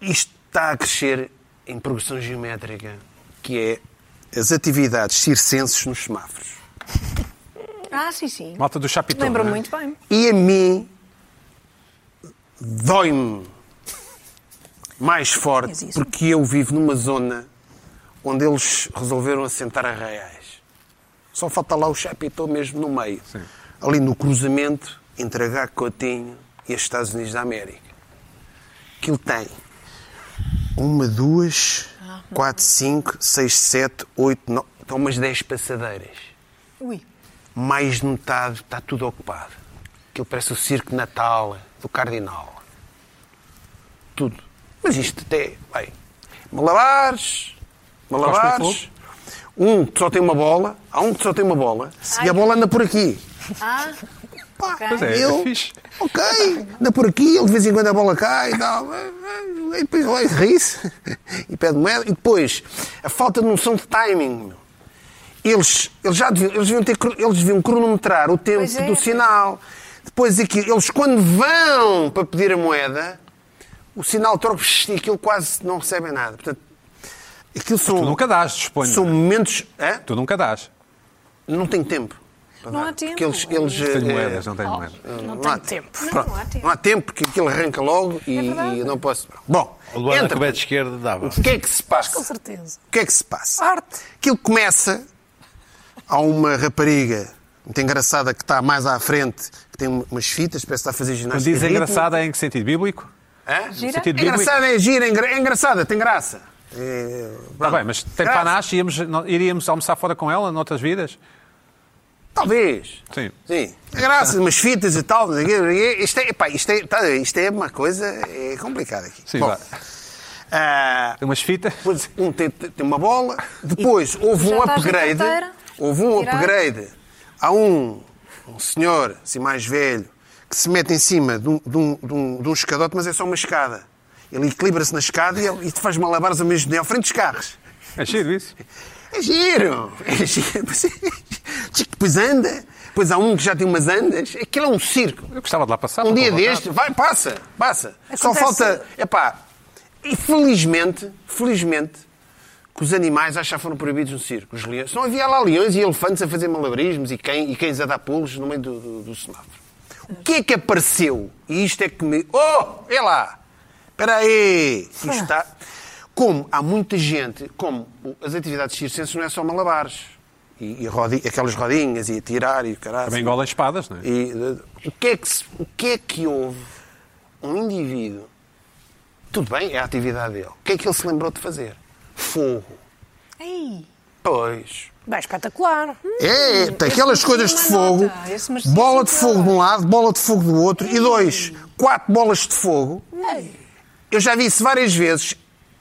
S3: isto está a crescer em progressão geométrica, que é as atividades circenses nos semáforos.
S2: Ah, sim, sim.
S1: Malta do
S3: então,
S1: Chapitão.
S2: Lembro
S3: né?
S1: não é?
S2: muito bem.
S3: E a mim dói-me mais
S2: Mas
S3: forte
S2: isso-
S3: porque eu vivo numa zona onde eles resolveram assentar arraiais. Só falta lá o chapitão mesmo no meio. Ali no cruzamento entre a Coutinho e os Estados Unidos da América. Aquilo tem uma, duas, quatro, cinco, seis, sete, oito, nove. Estão umas 10 passadeiras.
S2: Ui.
S3: Mais de metade está tudo ocupado. Aquilo parece o circo de natal do Cardinal. Tudo. Mas isto até. Bem, malabares. Malabares. Um que só tem uma bola. Há um que só tem uma bola. E a bola anda por aqui.
S2: Ah,
S3: Pá,
S1: Pois é,
S3: eu,
S1: é fixe.
S3: Ok, anda por aqui, ele de vez em quando a bola cai e tal. E depois vai ri-se e pede moeda. E depois, a falta de noção de timing. meu. Eles, eles já deviam, eles deviam, ter, cro- eles deviam cronometrar o tempo
S2: Pois é,
S3: do
S2: pois é.
S3: sinal. Depois aquilo, eles quando vão para pedir a moeda, o sinal troca e aquilo quase não recebem nada. Portanto, aquilo são,
S1: Tu nunca dás, suponho.
S3: são momentos. hã?
S1: Tu nunca dás.
S3: Não tem tempo. para
S2: Não
S3: dar,
S2: há tempo.
S3: porque eles- eles,
S1: Tenho
S3: eh,
S1: moedas, não tenho moedas.
S5: Não
S3: há
S5: tenho tempo.
S3: Pronto,
S2: não há tempo. É
S3: Não há tempo, porque aquilo arranca logo e, e eu não posso. Bom,
S7: O Luana,
S3: entra.
S7: com o pé de esquerda, dava.
S3: O que é que se
S5: Com
S3: passa?
S5: certeza.
S3: O que é que se passa?
S5: Arte.
S3: Aquilo começa. Há uma rapariga muito engraçada que está mais à frente, que tem umas fitas, parece que está a fazer
S1: Quando
S3: ginástica.
S1: diz
S3: rítmica.
S1: engraçada, é em que sentido? Bíblico?
S3: Hã?
S1: No sentido
S3: É
S1: bíblico?
S3: engraçada, é gira, é engra- é engraçada, tem graça. É,
S1: Está
S3: pronto.
S1: Tá bem, mas tem
S3: Graça.
S1: panache, íamos, não- iríamos almoçar fora com ela noutras vidas?
S3: Talvez.
S1: Sim.
S3: Sim. É graça, umas fitas e tal. não sei o quê. Isto é, epá, isto, é, está a ver, isto é uma coisa é complicada aqui.
S1: Sim,
S3: Bom,
S1: vá.
S3: ah,
S1: Tem umas fitas.
S3: Depois, um tem, tem uma bola. Depois houve
S2: Já
S3: um
S2: estás na
S3: upgrade.
S2: carteira?
S3: Houve um
S2: Tirar?
S3: upgrade. Há um, um senhor, assim mais velho, que se mete em cima de um, de um, de um- de um escadote, mas é só uma escada. Ele equilibra-se na escada e, ele, e faz malabares ao mesmo tempo, à frente dos carros.
S1: É giro isso.
S3: É giro! É giro! Mas é- Depois anda, depois há um que já tem umas andas. Aquilo é um circo.
S1: Eu gostava de lá passar.
S3: Um
S1: para
S3: dia
S1: voltar.
S3: deste, vai, passa, passa. Só
S2: Acontece-
S3: falta. Epá, e felizmente, felizmente, que os animais acho que já foram proibidos no circo. Os leões. Não havia lá leões e elefantes a fazer malabarismos e, quem, e cães a dar pulos no meio do, do, do semáforo. O que é que apareceu? E isto é que me. Oh, é lá! Espera aí! Isto está. Como há muita gente, como o- as atividades circenses não é só malabares. E, e rodi- aquelas rodinhas e atirar e o caralho.
S1: Também engolem espadas, não é?
S3: E, eh, o, que é que se- o que é que houve um indivíduo? Tudo bem, é a atividade dele. O que é que ele se lembrou de fazer? Fogo.
S2: Ei,
S3: Pois.
S5: Bem, espetacular.
S3: É, é, tem aquelas
S2: merece
S3: coisas de
S2: uma
S3: fogo,
S2: nota. Esse merece
S3: bola
S2: uma
S3: de fogo de um lado, bola de fogo do outro, e dois, quatro bolas de fogo. Eu já vi isso várias vezes.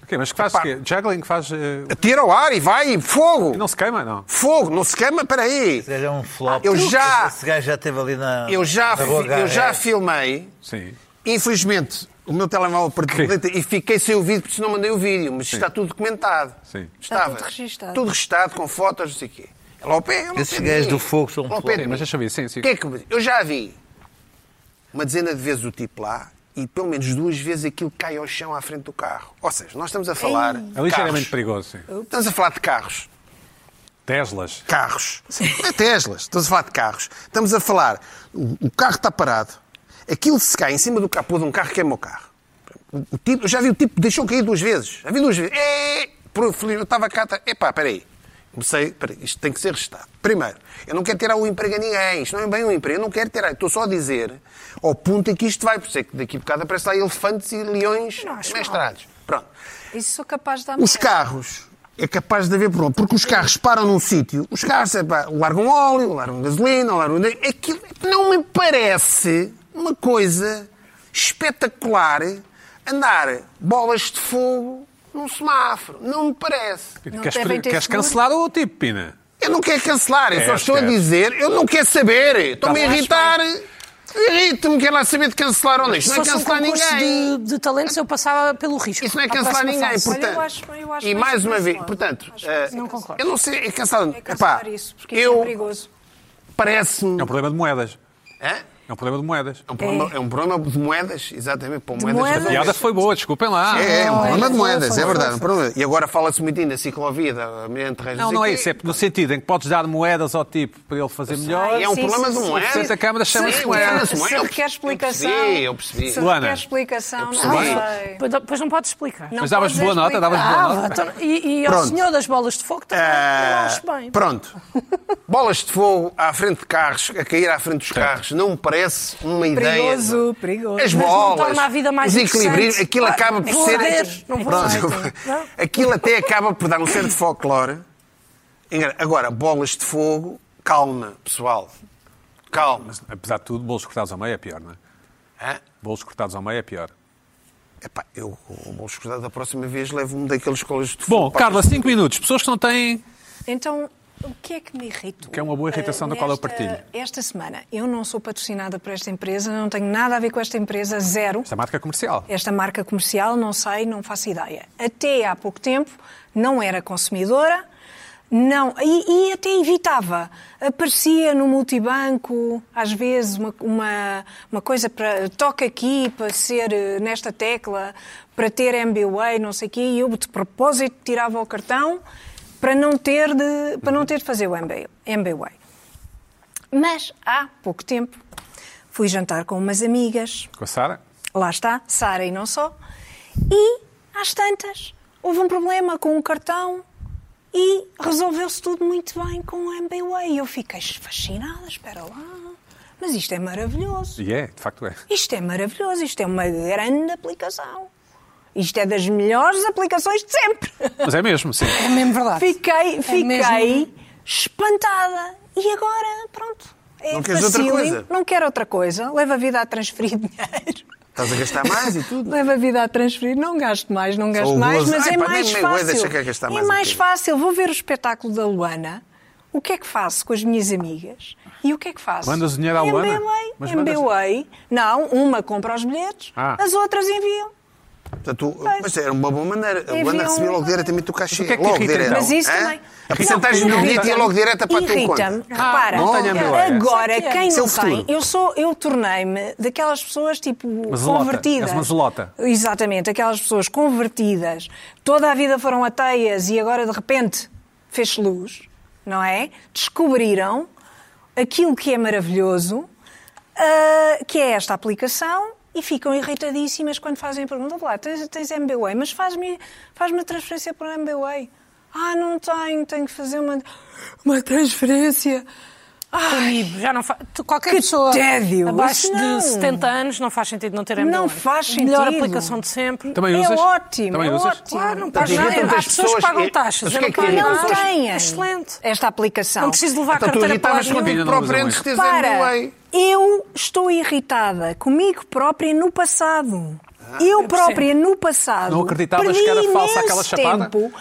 S1: Ok, mas que faz o
S3: Epá.
S1: quê? Juggling que faz... eh,
S3: Atira ao ar e vai, e fogo.
S1: Não se queima, não.
S3: Fogo, não se queima, peraí.
S7: Esse gajo é um flop.
S3: Eu já-
S7: Esse gajo já esteve ali na.
S3: Eu já,
S7: na
S3: fi-
S7: boa
S3: eu já
S7: garra. é.
S3: filmei
S1: Sim.
S3: Infelizmente, o meu telemóvel partiu
S1: Ok.
S3: e fiquei sem o vídeo, porque senão mandei o vídeo, mas está tudo documentado.
S1: Sim.
S2: Está
S3: Estava.
S2: tudo registado.
S3: Tudo registado, com fotos, não sei o quê. É lá ao pé, é lá ao
S7: Esses
S3: pé de
S7: gajos
S3: mim.
S7: do fogo são
S3: Lá ao
S7: um
S3: pé de
S1: Sim,
S3: mim.
S1: mas deixa-me ver, sim, sim.
S3: O que é que eu- Eu já vi uma dezena de vezes o tipo lá e pelo menos duas vezes aquilo cai ao chão à frente do carro. Ou seja, nós estamos a falar.
S1: É
S3: de carros.
S1: ligeiramente perigoso, sim.
S3: Estamos a falar de carros
S1: Teslas.
S3: carros. Não é Teslas, estamos a falar de carros. Estamos a falar, o o carro está parado, aquilo se cai em cima do capô de um carro que é meu carro. O o tipo, eu já vi o tipo, deixou cair duas vezes. Já vi duas vezes. É, por- eu estava cá, tá- epá, peraí. Comecei, peraí, isto tem que ser restado. Primeiro, eu não quero tirar o emprego a ninguém, isto não é bem um emprego, eu não quero tirar. Estou só a dizer ao ponto em que isto vai, por ser que daqui a bocado aparecem lá elefantes e leões
S5: Não acho mal.
S3: mestrados. Pronto.
S2: isso sou capaz de dar
S3: Os
S2: merda.
S3: carros. É capaz de haver problema, porque os carros param num sítio, os carros epá, largam óleo, largam gasolina, largam. Aquilo não me parece uma coisa espetacular andar bolas de fogo num semáforo. Não me parece.
S1: Pina,
S2: Não
S1: Queres,
S2: devem ter
S1: queres
S2: seguro.
S1: cancelar o tipo, Pina?
S3: Eu não quero cancelar, eu
S1: É,
S3: só estou a
S1: esquece.
S3: dizer, eu não quero saber, estou-me a
S5: bem,
S3: irritar. Irrita-me, quero lá saber de cancelar ou não. Isto
S5: Se
S3: não é
S5: fosse um
S3: cancelar
S5: concurso
S3: ninguém.
S5: de, de talentos, eu passava pelo risco.
S3: Isso não é
S5: À
S3: cancelar
S5: próxima
S3: ninguém,
S5: fase.
S2: Olha,
S3: portanto.
S2: eu acho- eu acho
S3: e
S2: mais
S3: mais uma vez,
S2: cancelado.
S3: portanto,
S2: Acho mais
S3: eh,
S5: Não concordo.
S3: eu não sei, é cansado.
S2: É cancelar
S3: Epá,
S2: isso, porque isso é
S3: eu
S2: perigoso.
S3: parece-me.
S1: É um problema de moedas.
S3: Hã?
S1: É um problema de moedas.
S3: É um problema- é um problema de moedas, exatamente, para moedas.
S5: moedas?
S1: A piada foi boa, desculpem lá.
S3: É, é um problema de moedas, é
S5: Foi,
S3: verdade. um problema. E agora fala-se muito ainda da ciclovia, da Mirante Reis.
S1: Não, não é isso. É no sentido em que podes dar moedas ao tipo para ele fazer melhor.
S3: É um
S2: Sim,
S3: problema
S2: sim,
S3: de
S2: sim,
S3: moedas.
S1: sim. A Câmara chama-se
S2: Se
S1: moeda.
S2: requer-
S3: Chama-se moeda.
S2: Se
S3: Eu
S2: requer explicação.
S3: percebi, eu percebi. Um
S2: Se
S1: Luana,
S2: requer explicação, não
S3: percebi.
S2: sei.
S5: Pois, pois não podes explicar.
S2: Não
S1: Mas davas
S2: podes
S1: boa nota, davas
S2: explicar.
S1: boa
S5: Ah,
S1: nota.
S5: então, e, e ao
S3: Pronto.
S5: senhor das bolas de fogo também não acho bem.
S3: Eh, Pronto. Bolas de fogo à frente de carros, a cair à frente dos carros, não me parece uma ideia.
S2: Perigoso, perigoso.
S3: As
S5: Mas não
S3: bolas,
S5: torna a vida mais
S3: os equilíbrios,
S5: interessante.
S3: aquilo
S5: Ah,
S3: acaba por
S5: vou
S3: ser.
S5: ver, não vou
S3: Pronto.
S5: ver. Não?
S3: aquilo até acaba por dar um certo folclore Engra- Agora, bolas de fogo, calma, pessoal. Calma.
S1: Apesar de tudo, bolos cortados ao meio é pior, não é?
S3: Hã?
S1: Bolos cortados ao meio é pior.
S3: Epá, eu vou escusar da próxima vez, levo-me daqueles colas de fogo.
S1: Bom, Carla, 5 minutos. Pessoas que não têm.
S2: Então, o que é que me irritou?
S1: Que é uma boa irritação
S2: eh,
S1: da qual eu
S2: nesta-
S1: partilho.
S2: Esta semana, eu não sou patrocinada por esta empresa, não tenho nada a ver com esta empresa, zero.
S1: Esta é marca comercial.
S2: Esta marca comercial, não sei, não faço ideia. Até há pouco tempo, não era consumidora, não, e, e até evitava. Aparecia no multibanco, às vezes, uma, uma, uma coisa para. toca aqui para ser eh, nesta tecla, para ter MBWay, não sei o quê, e eu de propósito tirava o cartão para não ter de, para não ter de fazer o MBWay. Mas há pouco tempo fui jantar com umas amigas
S1: Com a Sara.
S2: lá está, Sara e não só. E às tantas, houve um problema com o cartão e resolveu-se tudo muito bem com o MBWay. E eu fiquei fascinada, espera lá, mas isto é maravilhoso.
S1: E é, de facto é.
S2: Isto é maravilhoso, isto é uma grande aplicação. Isto é das melhores aplicações de sempre.
S1: Mas é mesmo, sim.
S5: É mesmo verdade.
S2: Fiquei, fiquei
S5: mesmo.
S2: espantada. E agora, pronto. É
S3: Não queres outra
S2: facílimo,
S3: coisa?
S2: Não quero outra coisa. Levo a vida a transferir dinheiro.
S3: Estás a gastar mais e tudo.
S2: Levo a vida a transferir, não gasto mais, não gasto
S3: Ou
S2: mais,
S3: gozo.
S2: mas
S3: Ai,
S2: é
S3: pá, nem
S2: mais
S3: me gozo,
S2: fácil.
S3: deixa que é gastar
S2: é
S3: mais um
S2: mais
S3: bocadinho.
S2: fácil. Vou ver o espetáculo da Luana. O que é que faço com as minhas amigas? E o que é que faço?
S1: Mandas o dinheiro à Luana? Mas mandas-
S2: MBWay. MBWay. Não, uma compra os bilhetes,
S1: Ah.
S2: as outras enviam.
S3: Portanto, tu- mas era uma boa maneira. A
S5: É
S2: Envia
S3: Luana recebia
S2: um-
S3: logo diretamente o cachê.
S1: Mas o que é que te
S3: logo
S1: irrita,
S3: direto.
S1: então?
S2: Mas isso
S3: Hã?
S2: também.
S3: A porcentagem do
S2: Não,
S3: bilhete ia logo direta para a tua
S2: Irrita-me.
S3: conta. Ah,
S2: Repara,
S1: não tenho ambivalência.
S2: agora
S5: Sabe que é?
S2: quem
S3: Isso é
S2: não
S3: o futuro.
S2: tem, eu sou, eu tornei-me daquelas pessoas tipo
S1: zelota.
S2: convertidas.
S1: És uma zelota.
S2: Exatamente, aquelas pessoas convertidas, toda a vida foram ateias e agora de repente fez luz, não é? Descobriram aquilo que é maravilhoso, ah, que é esta aplicação, e ficam irritadíssimas quando fazem a pergunta: "Vá lá, tens, tens MBWay, mas faz-me faz a transferência para o MBWay. Ah, não tenho, tenho que fazer uma, uma transferência. Ai,
S5: Comigo, já não fa... tu- Qualquer
S2: Que
S5: pessoa
S2: tédio,
S5: abaixo
S2: isso não.
S5: de 70 anos não faz sentido não ter MBA.
S2: Não faz
S5: Melhor
S2: sentido.
S5: aplicação de sempre.
S1: Também
S2: é
S1: usas?
S2: ótimo,
S1: Também
S2: é
S1: usas?
S2: ótimo.
S5: Claro, não
S3: Então,
S2: Portanto,
S5: pagas nada.
S3: irritam-te
S5: Há
S3: as
S5: pessoas que
S3: pessoas,
S5: pagam
S3: é- mas
S5: taxas.
S3: o
S5: Eu
S3: que é
S5: não
S3: que
S5: pago
S3: irrita as
S2: Não
S5: nada.
S3: pessoas?
S2: têm
S5: Excelente.
S2: esta aplicação.
S5: Não preciso levar
S3: Então
S5: a
S3: tu
S5: carteira para
S3: irritavas
S5: lado nenhum.
S1: contigo.
S3: contigo próprio antes de teres MBWay.
S2: Para, eu estou irritada comigo própria no passado.
S5: Ah,
S2: eu própria no passado.
S1: Não acreditavas
S2: perdi
S1: que era falsa aquela
S2: imenso
S1: chapada?
S2: Tempo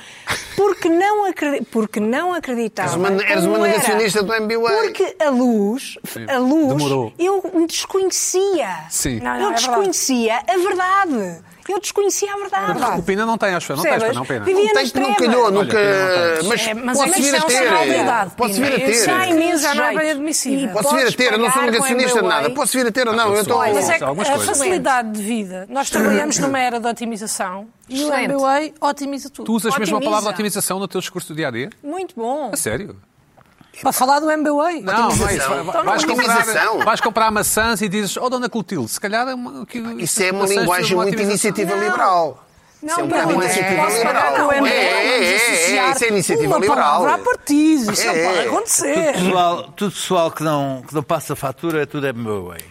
S2: porque não, acredi- porque não acreditava.
S3: Eres uma- eres
S2: como
S3: uma
S2: era.
S3: negacionista do MBWay.
S2: Porque a luz, a luz,
S1: demorou.
S2: eu me desconhecia.
S1: Sim.
S5: Não,
S2: eu
S5: é verdade.
S2: desconhecia a verdade. Eu desconhecia a verdade.
S1: O Pina não tem, acho eu. Não tens,
S2: Percebes?
S1: pois não, Pina.
S2: Vivi-
S3: Não
S2: Vivia
S3: tem
S2: nas
S3: que não
S2: trevas.
S3: calhou,
S2: Olha,
S3: nunca.
S1: eu não
S3: Mas
S5: É,
S3: posso
S5: isso
S3: vir
S5: é
S3: a
S5: um sinal de idade,
S3: ter. Posso vir
S5: Pina.
S3: a
S5: Isso já é
S3: ter.
S5: imenso, já não é
S2: Jeito.
S5: bem admissível.
S2: E
S3: Posso vir a ter, eu não sou
S2: pagar com
S3: negacionista de nada.
S2: MBWay.
S3: Posso vir a ter ou
S2: Ah,
S3: não? Eu estou.
S1: Olha,
S5: Mas é que
S1: algumas
S5: a
S1: coisas.
S5: facilidade de vida, nós trabalhamos numa era de otimização e o
S2: Excelente.
S5: MBA otimiza tudo.
S1: Tu usas mesmo a
S2: Otimiza.
S1: palavra otimização no teu discurso do dia a dia?
S2: Muito bom.
S1: A sério?
S5: Para falar do MBA,
S1: Não, não é isso.
S3: Otimização.
S1: Vai- Vais
S3: Então não é otimização.
S1: comprar, vais comprar maçãs e dizes, oh, dona Clotilde, se calhar... é uma- que-
S3: Isso é uma
S1: maçãs
S3: linguagem
S1: sejam uma
S3: muito
S1: otimização."
S3: iniciativa liberal. Isso é um
S2: não
S3: bocado
S2: é.
S3: iniciativa
S2: Posso pagar
S3: liberal.
S2: com
S3: É,
S2: MBWay,
S3: é, é, é, isso é iniciativa liberal.
S5: Há partidos, isso
S3: É,
S5: não pode
S3: é.
S5: acontecer.
S7: Tudo pessoal, tudo pessoal que, não, que não passa fatura, tudo é meu way.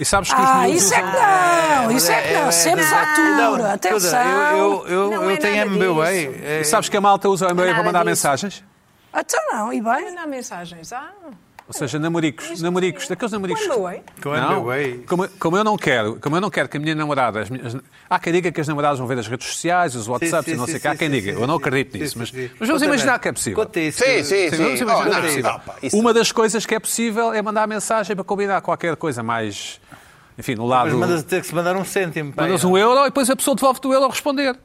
S1: E sabes que os
S5: Ah,
S1: miúdos
S5: isso é que
S1: usam-
S5: não, isso é que não, sempre fatura, atenção.
S7: é. Eu, eu, eu,
S2: Não
S7: eu
S2: é
S7: tenho
S2: nada
S7: MBWay.
S2: disso.
S7: É,
S1: E sabes que a malta usa o e-mail para
S2: Nada
S1: mandar
S2: disso.
S1: mensagens?
S5: Então não, e bem?
S2: Mandar mensagens. Ah,
S1: Ou seja, namoricos, namoricos, daqueles namoricos...
S2: Mandou, hein?
S7: Com
S1: Não,
S7: MBWay.
S1: como, como eu não quero, como eu não quero que a minha namorada, as minhas, há quem diga que as namoradas vão ver as redes sociais, os WhatsApps,
S7: sim,
S1: e não sei
S7: sim,
S1: o que, há
S7: sim,
S1: quem
S7: sim,
S1: diga,
S7: sim,
S1: eu não
S7: sim,
S1: acredito
S7: sim,
S1: nisso,
S7: sim,
S1: mas,
S7: sim.
S1: mas vamos
S7: Conta
S1: imaginar
S7: bem.
S1: que é possível.
S7: Conta isso.
S3: Sim, sim,
S1: Sim, vamos
S3: sim.
S1: imaginar
S3: Oh,
S1: que é
S3: não,
S1: possível.
S3: não, pá, isso-
S1: Uma das coisas que é possível é mandar mensagem para combinar qualquer coisa mais, enfim, no lado...
S7: Mas mandas ter que se mandar um cêntimo. pá,
S1: Mandas
S7: não.
S1: um euro e depois a pessoa devolve-te o euro a responder.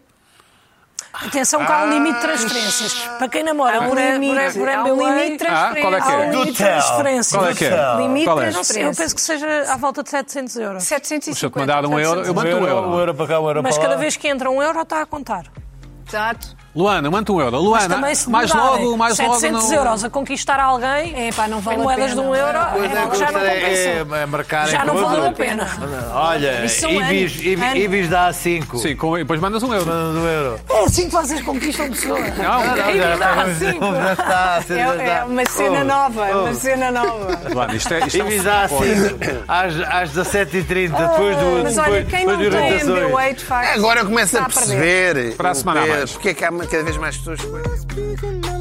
S5: Atenção que há um limite de transferências. Para quem namora por,
S2: limite,
S5: um por, por
S2: há um limite de
S5: MBA,
S1: Ah, qual é que
S2: transferência.
S1: é?
S2: Há um limite
S5: limite de transferências.
S1: Qual é que é?
S2: Limite
S1: Qual é?
S2: de
S5: Não sei, eu
S2: transferência.
S5: penso que seja à volta de 700 euros.
S2: 750.
S1: Se eu te mandar um euro, eu
S7: Um
S1: mando um
S7: euro, um
S1: euro.
S7: euro para cá, um euro
S5: Mas
S7: para lá.
S5: cada vez que entra um euro está a contar.
S2: Exato.
S1: Luana, manda um euro. Luana,
S5: Também se
S1: mais
S5: demorarem
S1: logo, mais logo.
S5: 700
S1: não-
S5: euros a conquistar alguém
S2: É, pá, não vale
S5: em
S2: a
S5: moedas
S2: pena,
S5: de um euro,
S2: não.
S7: Pois é,
S5: é algo que já não
S7: é, é,
S5: compensa.
S7: é marcar
S5: Já
S7: em
S5: não
S7: conta.
S5: valeu a pena.
S7: Olha,
S5: Isso são
S7: Ibis,
S5: anos.
S7: Ibis,
S5: Anos.
S7: Ibis dá 5.
S1: Sim, com- e depois mandas um euro.
S7: Do euro.
S5: É assim que vocês conquistam pessoas.
S1: Não,
S7: Não, já,
S5: dá
S7: já,
S5: cinco.
S7: já está, já
S2: É, é
S7: está.
S2: uma cena
S1: Ah,
S7: Oh,
S2: nova, é
S7: oh.
S2: uma cena nova.
S1: Luana, isto é. Isto é um-
S7: Ibis dá 5 às, às 17h30, depois do.
S2: Mas
S7: depois,
S2: olha, quem não
S7: depois de
S2: tem
S7: irritações.
S2: MBWay, de facto.
S3: É, Agora eu começo
S2: está
S3: a
S2: perder.
S3: perceber
S1: Para a semana há
S3: o que é-
S1: mais.
S3: porque é que há cada vez mais pessoas com
S8: Speaking